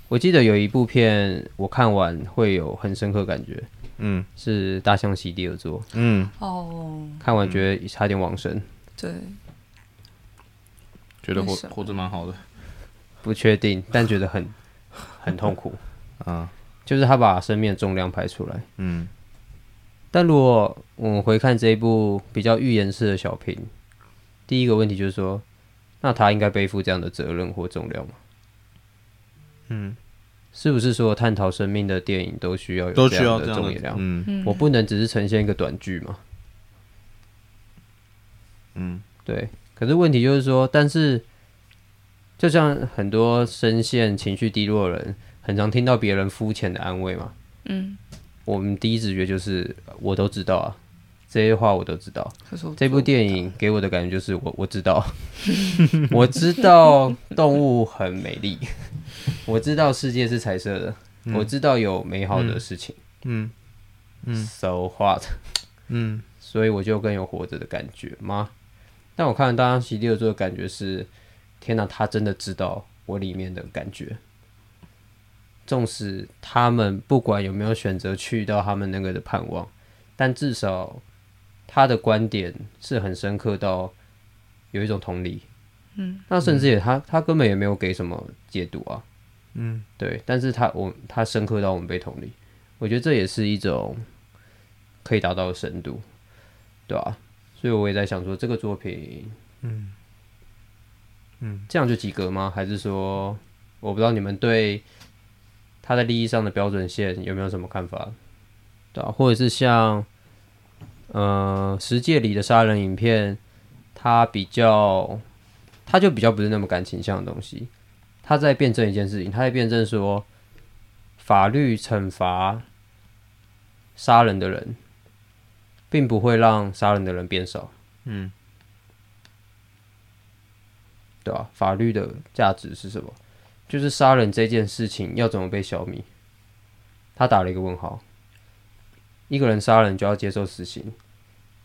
Speaker 1: 我记得有一部片我看完会有很深刻感觉，
Speaker 3: 嗯
Speaker 1: 是《大象席地而坐》，
Speaker 3: 嗯，
Speaker 2: 哦，
Speaker 1: 看完觉得差点往生，
Speaker 2: 对，
Speaker 3: 觉得活
Speaker 2: 为什么
Speaker 3: 活着蛮好的，
Speaker 1: 不确定，但觉得 很很痛苦。
Speaker 3: 嗯
Speaker 1: 就是他把生命的重量排出来。
Speaker 3: 嗯
Speaker 1: 但如果我们回看这一部比较预言式的小品，第一个问题就是说，那他应该背负这样的责任或重量吗？
Speaker 3: 嗯，
Speaker 1: 是不是所有探讨生命的电影都需要有
Speaker 3: 都需要
Speaker 1: 这
Speaker 3: 这
Speaker 1: 样的
Speaker 3: 样
Speaker 1: 重
Speaker 3: 的
Speaker 1: 量？
Speaker 3: 嗯
Speaker 2: 嗯
Speaker 1: 我不能只是呈现一个短剧嘛？
Speaker 3: 嗯
Speaker 1: 对。可是问题就是说，但是就像很多深陷情绪低落的人，很常听到别人肤浅的安慰嘛，
Speaker 2: 嗯，
Speaker 1: 我们第一直觉就是我都知道啊，这些话我都知道。
Speaker 2: 可是我
Speaker 1: 这部电影给我的感觉就是我我知道，我知道动物很美丽， 我知道世界是彩色的，我知道有美好的事情。
Speaker 3: 嗯嗯
Speaker 1: So what？
Speaker 3: 嗯，
Speaker 1: 所以我就更有活着的感觉吗？但我看《大象席地而坐》的感觉是，天哪，他真的知道我里面的感觉。纵使他们不管有没有选择去到他们那个的盼望，但至少他的观点是很深刻到有一种同理。嗯，那甚至也他他根本也没有给什么解读啊。嗯，对，但是他我他深刻到我们被同理，我觉得这也是一种可以达到的深度，对吧、所以我也在想说，这个作品，嗯嗯，这样就及格吗？还是说，我不知道你们对他在利益上的标准线有没有什么看法？对、啊，或者是像，呃，《十界》里的杀人影片，它比较，它就比较不是那么感情向的东西，它在辩证一件事情，它在辩证说，法律惩罚杀人的人，并不会让杀人的人变少。
Speaker 3: 嗯，
Speaker 1: 对吧、法律的价值是什么？就是杀人这件事情要怎么被消弭？他打了一个问号。一个人杀人就要接受死刑，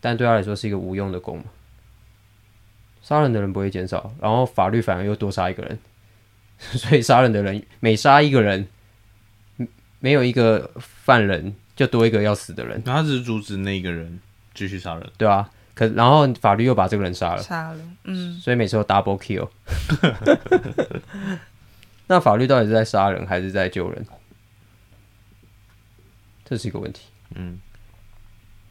Speaker 1: 但对他来说是一个无用的功嘛。杀人的人不会减少，然后法律反而又多杀一个人， 所以杀人的人每杀一个人，没有一个犯人就多一个要死的人。
Speaker 3: 然后他只是阻止那个人继续杀人，
Speaker 1: 对啊，可然后法律又把这个人杀了，
Speaker 2: 杀了，嗯，
Speaker 1: 所以每次都 double kill。那法律到底是在杀人还是在救人？这是一个问题。
Speaker 3: 嗯，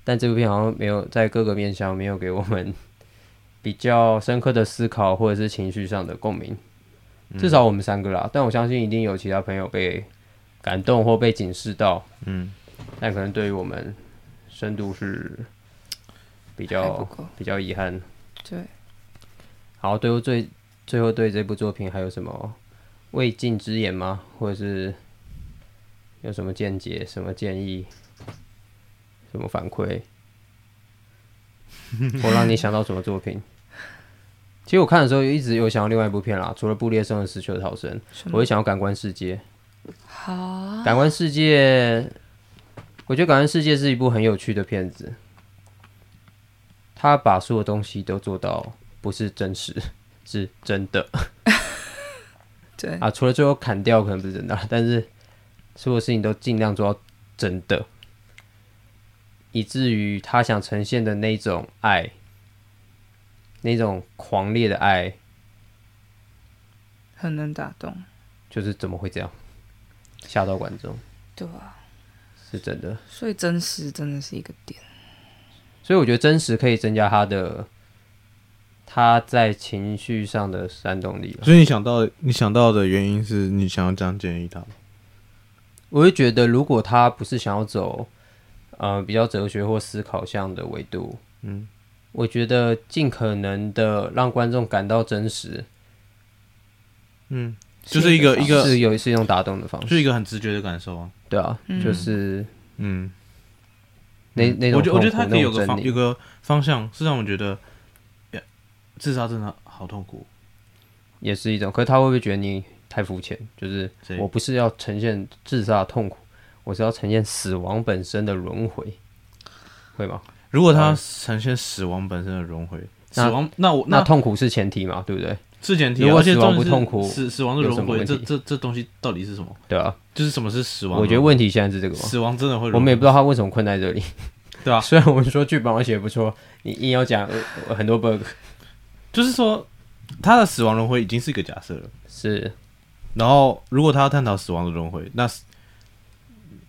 Speaker 1: 但这部片好像没有在各个面向没有给我们 比较深刻的思考或者是情绪上的共鸣，
Speaker 2: 嗯
Speaker 1: 至少我们三个啦。但我相信一定有其他朋友被感动或被警示到，
Speaker 3: 嗯，
Speaker 1: 但可能对于我们深度是比
Speaker 2: 还不
Speaker 1: 较
Speaker 2: 够
Speaker 1: 比较遗憾。
Speaker 2: 对，
Speaker 1: 好，最后最最后对这部作品还有什么未尽之言吗？或者是有什么见解、什么建议、什么反馈，或让你想到什么作品？其实我看的时候一直有想到另外一部片啦，除了《布列松的死囚的逃生》，我也想要《感官世界》。
Speaker 2: 好，啊
Speaker 1: 感官世界，我觉得感官世界是一部很有趣的片子。他把所有东西都做到不是真实，是真的
Speaker 2: 对，
Speaker 1: 啊。除了最后砍掉可能不是真的，但是所有事情都尽量做到真的，以至于他想呈现的那种爱，那种狂烈的爱，
Speaker 2: 很能打动，
Speaker 1: 就是怎么会这样吓到观众，
Speaker 2: 对啊，
Speaker 1: 是真的。
Speaker 2: 所以真实真的是一个点，
Speaker 1: 所以我觉得真实可以增加他的他在情绪上的煽动力吧。
Speaker 3: 所以你想到你想到的原因是你想要这样建议他吗，
Speaker 1: 我会觉得，如果他不是想要走呃比较哲学或思考向的维度，
Speaker 3: 嗯，
Speaker 1: 我觉得尽可能的让观众感到真实，
Speaker 3: 嗯，就是一个一个
Speaker 1: 是有是一种打动的方
Speaker 3: 就
Speaker 1: 式，
Speaker 3: 是一个很直觉的感受啊，
Speaker 1: 对啊，就是
Speaker 3: 嗯，
Speaker 1: 那那种
Speaker 3: 我觉得我觉得他
Speaker 1: 痛苦
Speaker 3: 可以有个
Speaker 1: 那种狰
Speaker 3: 方
Speaker 1: 狞
Speaker 3: 有个方向，是让我觉得，呀自杀真的好痛苦，
Speaker 1: 也是一种，可是他会不会觉得你太肤浅？就是
Speaker 3: 谁
Speaker 1: 我不是要呈现自杀的痛苦，我是要呈现死亡本身的轮回，会吗？
Speaker 3: 如果他呈现死亡本身的轮回，死
Speaker 1: 那
Speaker 3: 亡那我
Speaker 1: 那痛苦是前提嘛，对不对？
Speaker 3: 是前提啊，
Speaker 1: 如果
Speaker 3: 而且
Speaker 1: 死亡
Speaker 3: 重点
Speaker 1: 不
Speaker 3: 是
Speaker 1: 痛苦
Speaker 3: 死死亡的
Speaker 1: 有什
Speaker 3: 轮
Speaker 1: 么
Speaker 3: 回，
Speaker 1: 问
Speaker 3: 这
Speaker 1: 题
Speaker 3: 这这东西到底是什么？
Speaker 1: 对啊，
Speaker 3: 就是什么是死亡？
Speaker 1: 我觉得问题现在是这个嘛，
Speaker 3: 死亡真的会轮
Speaker 1: 我
Speaker 3: 回，
Speaker 1: 们也不知道他为什么困在这里，
Speaker 3: 对 啊
Speaker 1: 虽然我们说剧本我写得不错，你硬要讲、呃呃很多 bug，
Speaker 3: 就是说他的死亡轮回已经是一个假设了。
Speaker 1: 是
Speaker 3: 然后如果他要探讨死亡的轮回，那是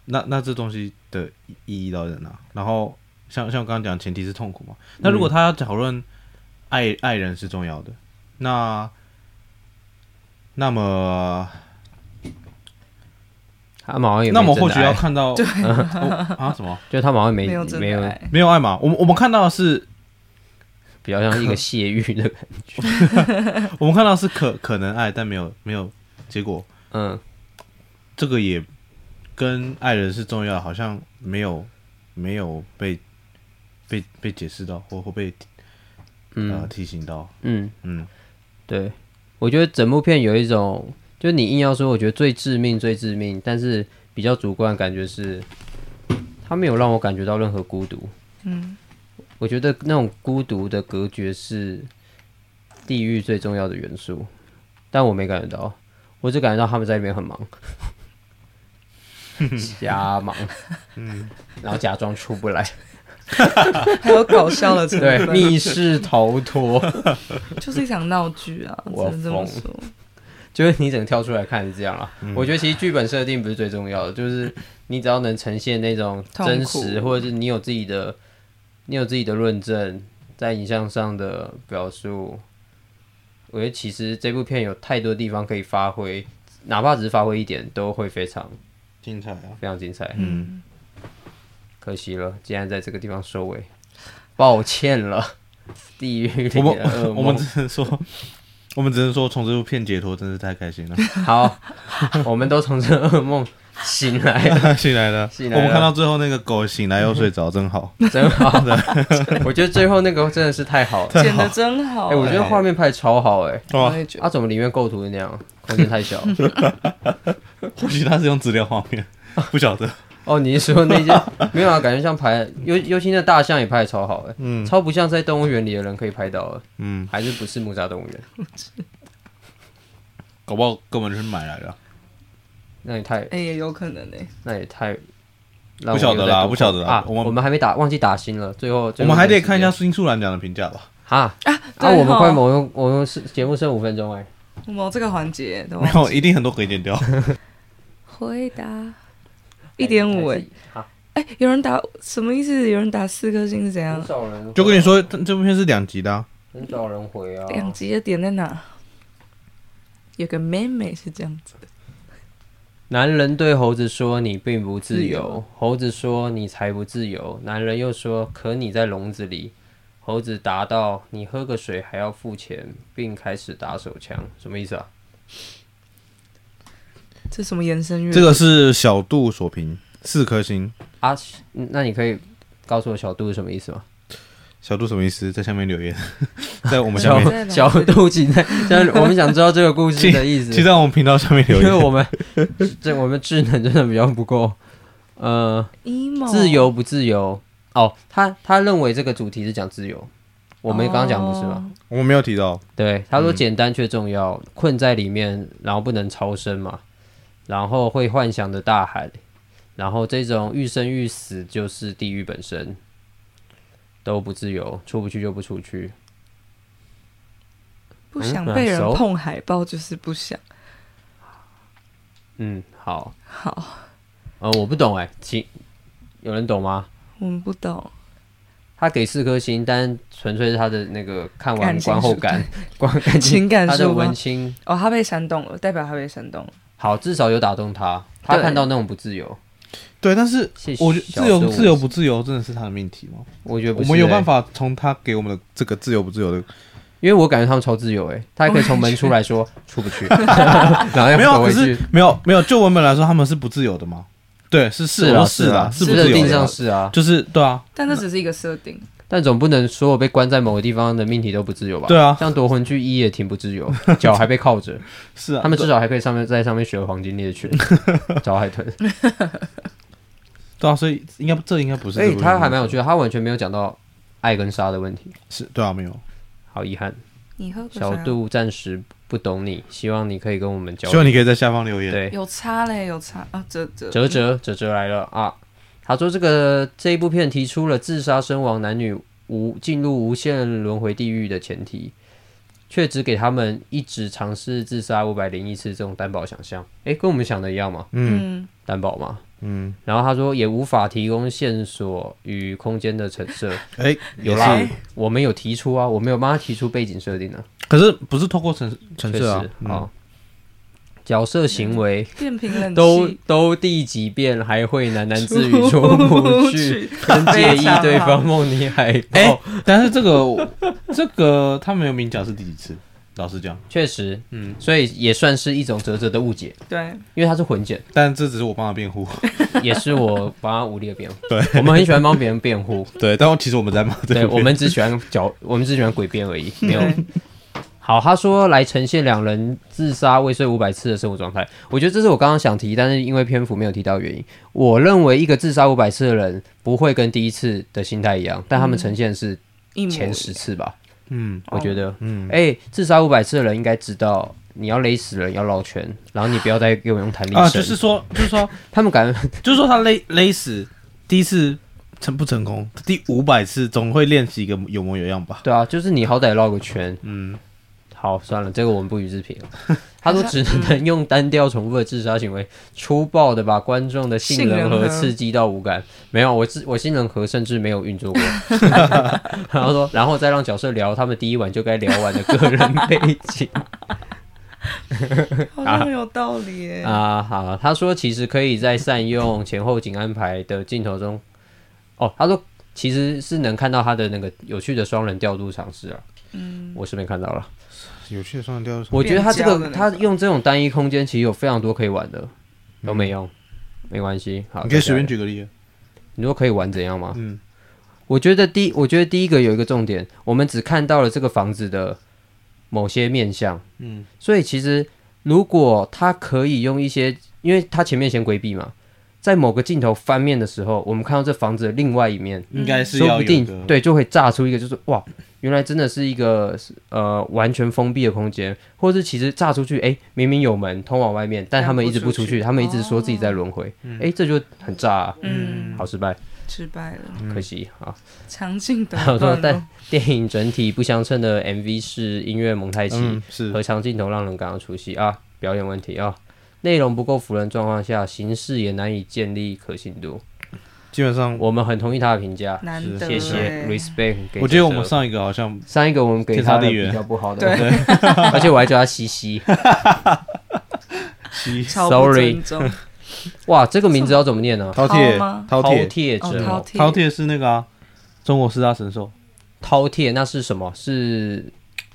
Speaker 3: 那那这东西的意义到底在哪？然后像像我刚刚讲，前提是痛苦嘛。那如果他要讨论爱爱人是重要的，那那么
Speaker 1: 他们好像也没
Speaker 3: 那么
Speaker 1: 真
Speaker 3: 或
Speaker 1: 的
Speaker 3: 许要
Speaker 1: 爱
Speaker 3: 看到、 哦啊什么？
Speaker 1: 就他们好像没
Speaker 2: 没有真
Speaker 1: 没
Speaker 2: 的
Speaker 1: 有
Speaker 2: 爱，
Speaker 3: 没有爱嘛？我们我们看到的是，
Speaker 1: 比较 像一个泄欲的，
Speaker 3: 我们看到的是可可能爱，但没有没有结果。
Speaker 1: 嗯，
Speaker 3: 这个也跟爱人是重要，好像没有没有被被被解释到，或或被呃
Speaker 1: 嗯
Speaker 3: 提醒到。
Speaker 1: 嗯，
Speaker 3: 嗯，
Speaker 1: 对，我觉得整部片有一种，就是你硬要说，我觉得最致命最致命，但是比较主观的感觉是，他没有让我感觉到任何孤独，
Speaker 2: 嗯，
Speaker 1: 我觉得那种孤独的隔绝是地狱最重要的元素，但我没感觉到，我只感觉到他们在那边很忙，瞎忙，然后假装出不来，
Speaker 2: 还有搞笑的成
Speaker 1: 对，
Speaker 2: 分，啊
Speaker 1: 密室逃脱，
Speaker 2: 就是一场闹剧啊，
Speaker 1: 我
Speaker 2: 只能这么
Speaker 1: 疯
Speaker 2: 说。
Speaker 1: 就是你整个跳出来看是这样啊。
Speaker 3: 嗯
Speaker 1: 我觉得其实剧本设定不是最重要的，就是你只要能呈现那种
Speaker 2: 痛苦
Speaker 1: 真实，或者是你有自己的，你有自己的论证，在影像上的表述。我觉得其实这部片有太多地方可以发挥，哪怕只是发挥一点，都会非常
Speaker 3: 精彩啊！
Speaker 1: 非常精彩。
Speaker 3: 嗯，
Speaker 1: 可惜了，竟然在这个地方收尾，抱歉了，地狱里的
Speaker 3: 我
Speaker 1: 噩
Speaker 3: 们 我
Speaker 1: 呃梦
Speaker 3: 们只能说，我们只能说从这部片解脱真是太开心了，
Speaker 1: 好，我们都从这噩梦醒来了。
Speaker 3: 醒来了。
Speaker 1: 醒来了
Speaker 3: 我们看到最后那个狗醒来又睡着， 真 好。
Speaker 1: 真好我觉得最后那个真的是太好了。
Speaker 2: 剪的真好、欸
Speaker 1: 哎、我觉得画面拍得超好哎、
Speaker 2: 我也觉得
Speaker 1: 啊，怎么里面构图是那样？啊空间太 小。
Speaker 3: 或许他是用资料画面， 不 晓得。
Speaker 1: 哦，你是说那些没有啊？感觉像拍，尤尤其那大象也拍得超好哎、
Speaker 3: 嗯
Speaker 1: 超不像在动物园里的人可以拍到的，
Speaker 3: 嗯，
Speaker 1: 还是不是木栅动物园？
Speaker 3: 搞不好根本就是买来的，
Speaker 1: 那也太，
Speaker 2: 哎、也有可能哎、
Speaker 1: 那也太让我有在多。
Speaker 3: 不晓得啦不晓得啦
Speaker 1: 啊！
Speaker 3: 我
Speaker 1: 我
Speaker 3: 们
Speaker 1: 们还没打，忘记打新了。最后，
Speaker 3: 我
Speaker 1: 最后
Speaker 3: 们还得
Speaker 1: 段时间
Speaker 3: 看一下新素兰奖的评价吧。
Speaker 1: 啊
Speaker 2: 对
Speaker 1: 啊！我们
Speaker 2: 哦
Speaker 1: 快，我们我们是节目剩五分钟哎、
Speaker 2: 我们有这个环节
Speaker 1: 哦
Speaker 2: 都
Speaker 3: 没有，一定很多可以 剪掉。
Speaker 2: 回答一点五
Speaker 1: 还
Speaker 2: 哎
Speaker 1: 是，啊，
Speaker 2: 哎、有人打什么意思？有人打四颗星是怎样
Speaker 1: 很？少人，
Speaker 3: 就跟你，说，这部片是两集的啊，
Speaker 1: 很少人回啊。
Speaker 2: 两集的点在哪？有个妹妹是这样子，
Speaker 1: 男人对猴子说：“你并不自
Speaker 2: 自
Speaker 1: 由
Speaker 2: 由。”
Speaker 1: 猴子说：“你才不自由。”男人又说：“可你在笼子里。”猴子答道：“你喝个水还要付钱，并开始打手枪。”什么意思啊？
Speaker 2: 这什么延伸乐？
Speaker 3: 这个是小度所评，四颗星。
Speaker 1: 啊，嗯那你可以告诉我小度是什么意思吗？
Speaker 3: 小度什么意思？在下面留言， 在我们下
Speaker 1: 小
Speaker 2: 小
Speaker 3: 面，
Speaker 2: 面
Speaker 1: 小度，请在，在我们想知道这个故事的意
Speaker 3: 请
Speaker 1: 思，
Speaker 3: 在我们频道下面留
Speaker 1: 因为
Speaker 3: 言。
Speaker 1: 我们 这我们智能真的比较不够。呃，
Speaker 2: emo
Speaker 1: 自由不自由？哦，他他认为这个主题是讲自由，我们刚刚讲不是吗？
Speaker 2: 哦
Speaker 3: 我们没有提到，
Speaker 1: 对，他说
Speaker 3: 嗯
Speaker 1: 简单却重要，困在里面，然后不能超生嘛，然后会幻想的大海，然后这种欲生欲死就是地狱本身，都不自由，出不去就不出去。
Speaker 2: 不
Speaker 1: 嗯
Speaker 2: 想
Speaker 1: 嗯
Speaker 2: 被人
Speaker 1: 熟
Speaker 2: 碰海报，就是不想。
Speaker 1: 嗯，好，
Speaker 2: 好，
Speaker 1: 呃，我不懂哎、请有人懂吗？
Speaker 2: 我们不懂，
Speaker 1: 他给四颗星，但纯粹是他的那个看完
Speaker 2: 感情
Speaker 1: 观后
Speaker 2: 抒
Speaker 1: 感， 观感
Speaker 2: 情感
Speaker 1: 他的
Speaker 2: 抒发
Speaker 1: 文青
Speaker 2: 哦，他被煽动了，代表他被煽动了。
Speaker 1: 好，至少有打动他，他
Speaker 2: 对
Speaker 1: 看到那种不自由，
Speaker 3: 对，但是
Speaker 1: 谢谢
Speaker 3: 我觉得
Speaker 1: 小
Speaker 3: 自由
Speaker 1: 度
Speaker 3: 自由不自由真的是他的命题吗？
Speaker 1: 我觉得不
Speaker 3: 我
Speaker 1: 是
Speaker 3: 们有
Speaker 1: 欸
Speaker 3: 办法从他给我们的这个自由不自由的
Speaker 1: 因为我感觉他们超自由诶、欸他还可以从门出来说出 不去，然后
Speaker 3: 哦没
Speaker 1: 又
Speaker 3: 有，啊
Speaker 1: 走哎
Speaker 3: 可
Speaker 1: 回
Speaker 3: 是
Speaker 1: 去。
Speaker 3: 没有没有，就文本来说，他们是不自由的吗？对，是是
Speaker 1: 啦
Speaker 3: 我说
Speaker 1: 是
Speaker 3: 是啊
Speaker 1: 啦
Speaker 3: 啦，
Speaker 1: 是
Speaker 3: 不自由
Speaker 1: 定
Speaker 3: 的
Speaker 1: 上
Speaker 3: 啦，
Speaker 1: 是啊，
Speaker 3: 就是对啊，
Speaker 2: 但这只是一个设定，
Speaker 1: 但总不能所有被关在某个地方的命题都不自由吧？
Speaker 3: 对啊
Speaker 1: 像夺魂锯一也挺不自由， 脚还被铐 着，
Speaker 3: 是啊，
Speaker 1: 他们至少还可以上面在上面学黄金猎 犬，找海豚。
Speaker 3: 对啊，所以应该这应该不是
Speaker 1: 所
Speaker 3: 这个
Speaker 1: 以
Speaker 3: 问题，
Speaker 1: 哎他还蛮有趣的，他完全没有讲到爱跟杀的问题，
Speaker 3: 是对啊，没有，
Speaker 1: 好遗憾，
Speaker 2: 你喝个
Speaker 3: 啊
Speaker 1: 小
Speaker 2: 啥
Speaker 1: 度暂时不懂你，希望你可以跟我们交
Speaker 3: 希
Speaker 1: 流。
Speaker 3: 望你可以在下方留言，
Speaker 1: 对，
Speaker 2: 有差嘞，有差啊，这这
Speaker 1: 哲哲哲哲来了啊！他说这个这一部片提出了自杀身亡男女无进入无限轮回地狱的前提，却只给他们一直尝试自杀五百零一次这种担保想象。诶，跟我们想的一样吗？
Speaker 3: 嗯
Speaker 2: 嗯，
Speaker 1: 担保吗？
Speaker 3: 嗯，
Speaker 1: 然后他说也无法提供线索与空间的陈设。
Speaker 3: 哎，
Speaker 1: 有
Speaker 3: 也
Speaker 1: 啦
Speaker 3: 是，
Speaker 1: 我们有提出啊，我们有帮他提出背景设定啊，
Speaker 3: 可是不是透过城城
Speaker 1: 确
Speaker 3: 市
Speaker 1: 实
Speaker 3: 啊
Speaker 1: 啊，、好角色行为
Speaker 2: 变频冷气
Speaker 1: 都都第几遍还会喃喃自语
Speaker 2: 嗯出
Speaker 1: 说不
Speaker 2: 不
Speaker 1: 去
Speaker 2: 去，
Speaker 1: 真介意
Speaker 2: 非常好
Speaker 1: 对方梦你 海哦报。
Speaker 3: 哎但是这个 这个他没有明讲是第几次，老实讲，
Speaker 1: 确实，嗯，所以也算是一种哲哲的误解，
Speaker 2: 对，
Speaker 1: 因为他是混剪，
Speaker 3: 但这只是我帮他辩护，
Speaker 1: 也是我帮他无力的辩护。 对，我们很喜欢帮别人辩护，
Speaker 3: 对，但我其实我们在骂 这
Speaker 1: 对
Speaker 3: 个 片，
Speaker 1: 我们只喜欢狡，我们只喜欢诡辩而已，没有
Speaker 2: 对。
Speaker 1: 好，他说来呈现两人自杀未遂五百次的生活状态。我觉得这是我刚刚想提，但是因为篇幅没有提到的原因。我认为一个自杀五百次的人不会跟第一次的心态一样，但他们呈现的是
Speaker 2: 一模
Speaker 1: 前十次吧。
Speaker 3: 嗯
Speaker 1: 我觉得，
Speaker 3: 嗯，
Speaker 1: 哎、自杀五百次的人应该知道，你要勒死人要绕圈，然后你不要再给我用弹力绳。
Speaker 3: 啊，就是说，就是说，
Speaker 1: 他们感。
Speaker 3: 就是说他勒勒死第一次成不成功，第五百次总会练习一个有模有样 吧
Speaker 1: 对啊，就是你好歹绕个圈。
Speaker 3: 嗯，
Speaker 1: 好，算了，这个我们不予置评。他说只能用单调重复的自杀行为，粗暴的把观众的杏仁核刺激到无感。没有，我自我杏仁核甚至没有运 作过。然后说，然后再让角色聊他们第一晚就该聊完的个人背景
Speaker 2: 好像很有道理耶。
Speaker 1: 啊。好，他说其实可以在善用前后景安排的镜头中，哦，他说其实是能看到他的那个有趣的双人调度尝试啊。嗯，我是没看到了。
Speaker 3: 有趣的双人雕
Speaker 1: 我觉得他这
Speaker 2: 变焦的
Speaker 1: 个
Speaker 2: 那
Speaker 1: 他
Speaker 2: 个
Speaker 1: 用这种单一空间，其实有非常多可以玩的，都没用，没关系。好，
Speaker 3: 你可
Speaker 1: 再
Speaker 3: 以
Speaker 1: 下
Speaker 3: 随
Speaker 1: 来
Speaker 3: 便。举个例啊子。
Speaker 1: 你说可以玩怎样吗？
Speaker 3: 嗯，
Speaker 1: 我觉得第，我觉得第一个有一个重点，我们只看到了这个房子的某些面相。
Speaker 3: 嗯，
Speaker 1: 所以其实如果他可以用一些，因为他前面先规避嘛，在某个镜头翻面的时候，我们看到这房子的另外一面，
Speaker 3: 应该是
Speaker 1: 说
Speaker 3: 要
Speaker 1: 不
Speaker 3: 有一
Speaker 1: 定
Speaker 3: 个，
Speaker 1: 对就会炸出一个，就是哇，原来真的是一个呃完全封闭的空间，或是其实炸出去，哎、明明有门通往外面，但他们一直不出
Speaker 2: 但不出
Speaker 1: 去，
Speaker 2: 去
Speaker 1: 他们一直说自己在轮回，
Speaker 3: 哦
Speaker 1: 哎、
Speaker 3: 嗯
Speaker 1: 这就很炸、啊，
Speaker 2: 嗯，
Speaker 1: 好失败，
Speaker 2: 失败了，
Speaker 1: 可惜啊。
Speaker 2: 强劲的
Speaker 1: 他说
Speaker 2: 段，落
Speaker 1: 但电影整体不相称的 MV 是音乐蒙太奇，
Speaker 3: 嗯，是
Speaker 1: 和长镜头让人感到出戏啊，表演问题啊。内容不够服人状况下，形式也难以建立可信度。
Speaker 3: 基本上，
Speaker 1: 我们很同意他的评价，
Speaker 2: 难得
Speaker 1: 谢谢
Speaker 2: 耶
Speaker 1: respect 给这首。
Speaker 3: 我觉得我们上一个好像
Speaker 1: 上一个我们给
Speaker 3: 天
Speaker 1: 他
Speaker 3: 差
Speaker 1: 的
Speaker 3: 地
Speaker 1: 比
Speaker 3: 远
Speaker 1: 较不好的，
Speaker 2: 对
Speaker 1: 对， 而且我还叫他西西。
Speaker 2: 超不尊重，
Speaker 1: 哇，这个名字要怎么念呢？
Speaker 3: 饕餮
Speaker 2: 饕吗
Speaker 3: 饕
Speaker 1: 饕
Speaker 3: 餮
Speaker 1: 餮
Speaker 2: 哦
Speaker 1: 者，
Speaker 2: 饕餮
Speaker 3: 饕餮是那个啊，中国四大神兽，
Speaker 1: 饕餮那是什么？是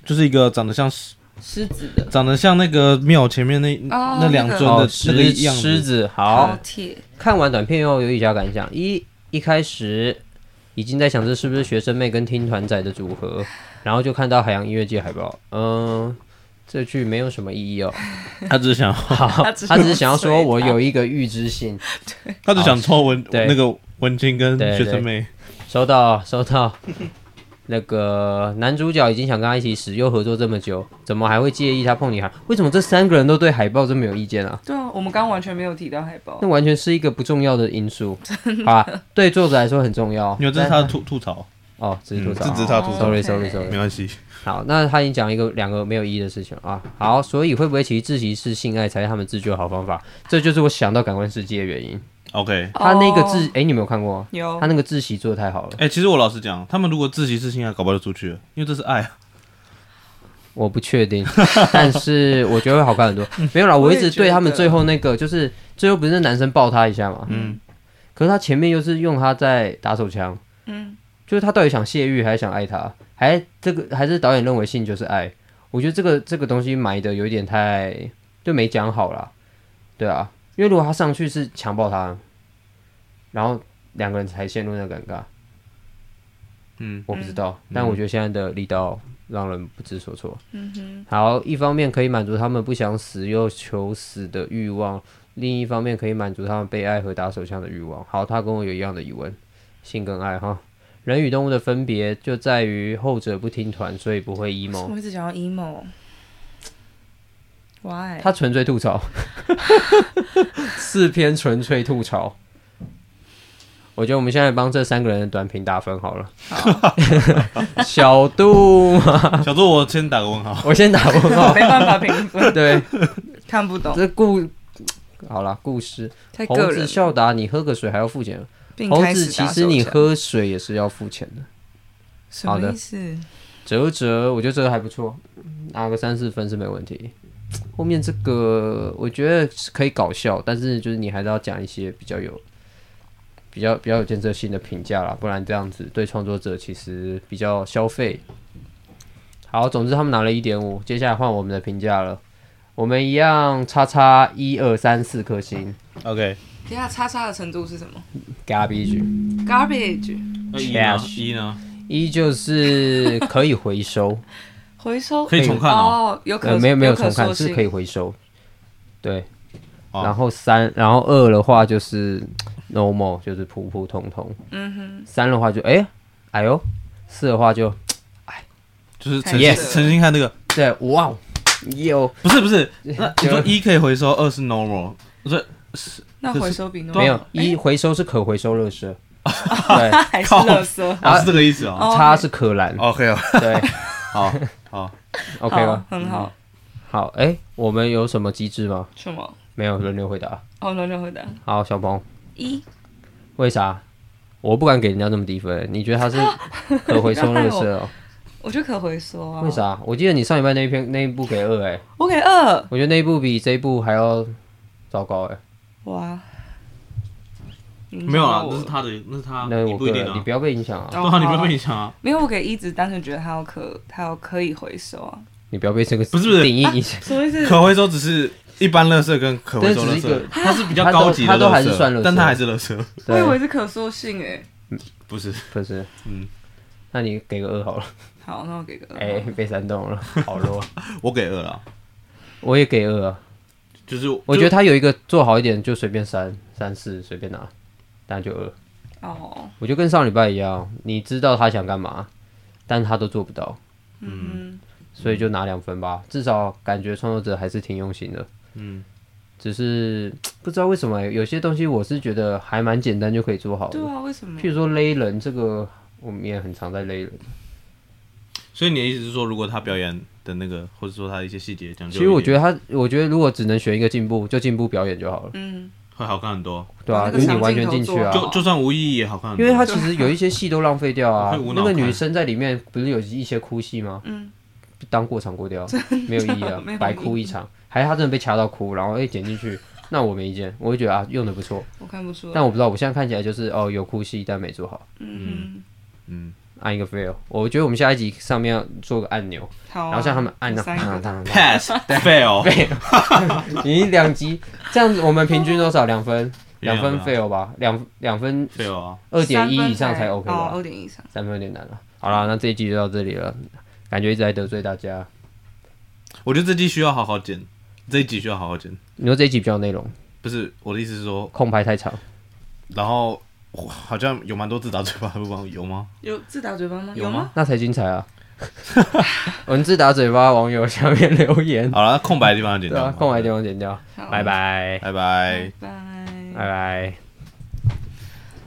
Speaker 3: 就是一个长得像
Speaker 2: 狮子的
Speaker 3: 长得像那个庙前面那
Speaker 2: 哦
Speaker 3: 那两尊
Speaker 2: 真
Speaker 1: 哦
Speaker 3: 的那个
Speaker 1: 狮
Speaker 3: 样
Speaker 1: 狮
Speaker 3: 子，
Speaker 1: 子。好
Speaker 2: 饕，餮，
Speaker 1: 看完短片后有以下感想：一一开始已经在想这是不是学生妹跟听团仔的组合，然后就看到海洋音乐季海报，嗯。这句没有什么意义哦，
Speaker 3: 他只是想
Speaker 1: 好，
Speaker 2: 他只是
Speaker 1: 他只是想要说
Speaker 2: 催他
Speaker 1: 我有一个预知性，
Speaker 3: 他只想抽文
Speaker 1: 对
Speaker 3: 那个文青跟
Speaker 1: 对
Speaker 3: 学生妹，
Speaker 1: 收到，收到。 那个男主角已经想跟他一起使，又合作这么久，怎么还会介意他碰女孩？为什么这三个人都对海报这么有意见啊？
Speaker 2: 对啊，我们刚刚完全没有提到海报
Speaker 1: 那，完全是一个不重要的因 素，好吧？对作者来说很重要。
Speaker 3: 因为这
Speaker 1: 但
Speaker 3: 是他的吐吐槽，
Speaker 1: 哦，只是吐槽，
Speaker 3: 嗯这只是他的吐槽
Speaker 1: Sorry,
Speaker 2: OK
Speaker 1: sorry, sorry.
Speaker 3: 没关系。
Speaker 1: 好，那他已经讲一个两个没有意义的事情了啊。好，所以会不会其实自习是性爱才是他们自救的好方法？这就是我想到感官世界的原因。
Speaker 3: OK，
Speaker 1: 他那个自
Speaker 2: 哦
Speaker 1: 诶，你有没有看过啊？
Speaker 2: 有
Speaker 1: 他那个自习做的太好了，
Speaker 3: 哎，其实我老实讲，他们如果自习自信啊，搞不好就出去了，因为这是爱啊。
Speaker 1: 我不确定， 但是我觉得会好看很多。没 有啦，
Speaker 2: 我
Speaker 1: 我
Speaker 2: 也
Speaker 1: 一直对他们最后那个，就是最后不是那男生抱他一下嘛？嗯。可是他前面又是用他在打手枪，
Speaker 2: 嗯，
Speaker 1: 就是他到底想泄欲还是想爱他，还这个还是导演认为性就是爱？我觉得这个这个东西埋的有点太就没讲好啦，对啊，因为如果他上去是强暴他，然后两个人才陷入那个尴尬，
Speaker 3: 嗯，
Speaker 1: 我不知道，但我觉得现在的力道让人不知所措。
Speaker 2: 嗯哼，
Speaker 1: 好，一方面可以满足他们不想死又求死的欲望，另一方面可以满足他们被爱和打手枪的欲望。好，他跟我有一样的疑问，性跟爱哈，人与动物的分别就在于后者不听团，所以不会
Speaker 2: 为什
Speaker 1: emo。
Speaker 2: 么一直想要 emo。Why？
Speaker 1: 他纯粹吐槽，四篇纯粹吐槽。我觉得我们现在帮这三个人的短评打分好了。 小度，
Speaker 3: 小周我先打个问号，
Speaker 1: 我先打问号
Speaker 2: 没。办法评分，
Speaker 1: 对，
Speaker 2: 看不懂，
Speaker 1: 这故好啦，故事。
Speaker 2: 太个
Speaker 1: 猴
Speaker 2: 人
Speaker 1: 子
Speaker 2: 了，
Speaker 1: 笑答你喝个水还要付钱，
Speaker 2: 并
Speaker 1: 猴
Speaker 2: 开
Speaker 1: 子
Speaker 2: 始
Speaker 1: 其
Speaker 2: 打
Speaker 1: 实
Speaker 2: 手
Speaker 1: 你
Speaker 2: 枪
Speaker 1: 喝水也是要付钱的。
Speaker 2: 什
Speaker 1: 好的
Speaker 2: 么意思？
Speaker 1: 折折，我觉得这个还不错，拿个三四分是没问题。后面这个我觉得是可以搞笑，但是就是你还是要讲一些比较有、比较比较有建设性的评价啦，不然这样子对创作者其实比较消费。好，总之他们拿了一点五，接下来换我们的评价了。我们一样，叉叉一二三四颗星，
Speaker 3: OK，
Speaker 2: 等一下叉叉的程度是什么
Speaker 1: 给他逼一句。
Speaker 2: ？Garbage
Speaker 3: 那
Speaker 1: 一呢
Speaker 3: 一呢？
Speaker 1: 一就是可以回收，
Speaker 2: 回收
Speaker 3: 可以重看哦。
Speaker 2: 哦，有可、
Speaker 1: 呃，没有没有
Speaker 2: 可
Speaker 1: 重看，
Speaker 2: 塑
Speaker 1: 是
Speaker 2: 性
Speaker 1: 可以回收。对，
Speaker 3: 哦
Speaker 1: 然后三，然后二的话就是 normal，就是普普通通。
Speaker 2: 嗯哼，
Speaker 1: 三的话就哎、哎呦，四的话就
Speaker 3: 就是
Speaker 2: 太
Speaker 3: 陈
Speaker 1: 扯了
Speaker 3: 陈星汉那个，
Speaker 1: 对，哇哦，有
Speaker 3: 不是不是， 那你说一可以回收，二是 normal，哦
Speaker 2: 那回收比那
Speaker 1: 没有一回收是可回收垃圾，对，
Speaker 2: 还是
Speaker 3: 靠
Speaker 2: 垃圾？
Speaker 3: 啊是这个意思哦。
Speaker 2: 哦
Speaker 1: 叉是可燃，
Speaker 3: OK 哦，
Speaker 1: 对
Speaker 3: 好好，
Speaker 1: ，OK
Speaker 2: 好
Speaker 1: 吗？
Speaker 2: 很好。
Speaker 1: 好，哎、我们有什么机制吗？
Speaker 2: 什么？
Speaker 1: 没有轮流回答。
Speaker 2: 哦，轮流回答
Speaker 1: 好，小鹏，
Speaker 2: 一，
Speaker 1: 为啥？我不敢给人家那么低分，你觉得他是可回收垃圾哦？
Speaker 2: 我觉得可回收啊。
Speaker 1: 为？啥？我记得你上礼拜那一篇那一部给二哎、
Speaker 2: 我给二。
Speaker 1: 我觉得那一部比这一部还要糟糕哎、
Speaker 2: 哇，你
Speaker 3: 没有啊
Speaker 2: 讲，到
Speaker 3: 那是
Speaker 2: 我
Speaker 3: 他的，那是他，
Speaker 1: 那
Speaker 3: 你
Speaker 1: 我
Speaker 3: 不一
Speaker 1: 个
Speaker 3: 定
Speaker 1: 人，你
Speaker 3: 啊
Speaker 1: 不。要被影响啊，
Speaker 3: 对啊，你不要被影响啊。
Speaker 2: 没有，我给一只单纯觉得它要可，它要可以回收啊。
Speaker 1: 你不要被这个
Speaker 3: 不是不是
Speaker 1: 定义影响。
Speaker 2: 什么意思？
Speaker 3: 可回收只是一般垃圾跟可回收
Speaker 1: 但
Speaker 3: 垃
Speaker 1: 只是一个
Speaker 3: 圾，它是比较
Speaker 1: 它都
Speaker 3: 高级的
Speaker 1: 它
Speaker 3: 垃圾，
Speaker 1: 都还是算垃圾
Speaker 3: 但它还是垃圾，
Speaker 2: 我以为
Speaker 1: 对，
Speaker 2: 是可塑性诶。
Speaker 3: 不是
Speaker 1: 不是，
Speaker 3: 嗯，
Speaker 1: 那你给个二好了。
Speaker 2: 好，那我给个二。
Speaker 1: 哎、被煽动了，好弱。
Speaker 3: 我给二了，
Speaker 1: 我也给二啊，
Speaker 3: 就是
Speaker 1: 我觉得他有一个做好一点就随便删三四随便拿，但就二。
Speaker 2: 哦，
Speaker 1: 我就跟上礼拜一样，你知道他想干嘛，但他都做不到，
Speaker 2: 嗯，
Speaker 1: 所以就拿两分吧。至少感觉创作者还是挺用心的，
Speaker 3: 嗯，
Speaker 1: 只是不知道为什么、有些东西我是觉得还蛮简单就可以做好的
Speaker 2: 对。啊，为什么
Speaker 1: 譬？如说勒人这个，我们也很常在勒人。
Speaker 3: 所以你的意思是说，如果他表演的那个，或者说他的一些细节讲究
Speaker 1: 其
Speaker 3: 一点，
Speaker 1: 实我觉得他，我觉得如果只能选一个进步，就进步表演就好了，
Speaker 2: 嗯，
Speaker 3: 会好看很多，
Speaker 1: 对啊，
Speaker 2: 那
Speaker 1: 就
Speaker 2: 个
Speaker 1: 是
Speaker 2: 长
Speaker 1: 你完全
Speaker 2: 镜
Speaker 1: 进
Speaker 2: 头
Speaker 1: 去啊，
Speaker 2: 做
Speaker 3: 就就算无意义也好看很
Speaker 1: 因
Speaker 3: 多。
Speaker 1: 为他其实有一些戏都浪费掉 啊
Speaker 3: 会无，
Speaker 1: 那
Speaker 3: 脑
Speaker 1: 个
Speaker 3: 看
Speaker 1: 女生在里面不是有一些哭戏吗？
Speaker 2: 嗯，
Speaker 1: 当过场过 掉，没有意义啊
Speaker 2: 没有意，义
Speaker 1: 白哭一场。还是他真的被掐到哭，然后哎剪进去，那我没意见，我会觉得啊用的不错，
Speaker 2: 我看不出来。
Speaker 1: 但我不知道我现在看起来就是哦有哭戏但没做好，啊
Speaker 2: 嗯
Speaker 3: 嗯，
Speaker 1: 按一个 fail。我觉得我们下一集上面要做个按钮，
Speaker 2: 哼，好啊。
Speaker 1: 然后像他们按
Speaker 2: 有
Speaker 1: 到
Speaker 2: 三
Speaker 1: 当
Speaker 2: 个，
Speaker 1: 当当
Speaker 3: pass fail，
Speaker 1: 已经两集，这样子我们平均多少？两分，两分
Speaker 3: 两分
Speaker 1: fail 吧，两两分
Speaker 3: fail 啊，
Speaker 1: 二点一
Speaker 2: 三分
Speaker 1: 以上才 OK
Speaker 2: 哦，
Speaker 1: 吧
Speaker 2: 二，点以上。
Speaker 1: 三分有点难了。好啦，那这一集就到这里了，感觉一直在得罪大家。
Speaker 3: 我觉得这季需要好好剪，这一集需要好好剪。
Speaker 1: 你说这一集比较有内容，
Speaker 3: 不是我的意思是说，
Speaker 1: 空拍太长，
Speaker 3: 然后我好像有蛮多字打嘴巴的部分，有吗？
Speaker 2: 有自打嘴巴吗？
Speaker 3: 有吗
Speaker 2: 吗？
Speaker 1: 那才精彩啊！文字打嘴巴，网友下面留言，
Speaker 3: 好了，空白的地方要剪
Speaker 1: 对
Speaker 3: 掉
Speaker 1: 啊，，空白地，方剪掉，
Speaker 2: 好
Speaker 1: 拜，拜，
Speaker 3: 拜拜
Speaker 2: 拜。拜。
Speaker 1: 拜拜。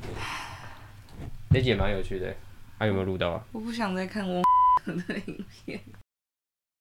Speaker 1: 这集也蛮有趣的，还有没有录到啊？
Speaker 2: 我不想再看我的影片。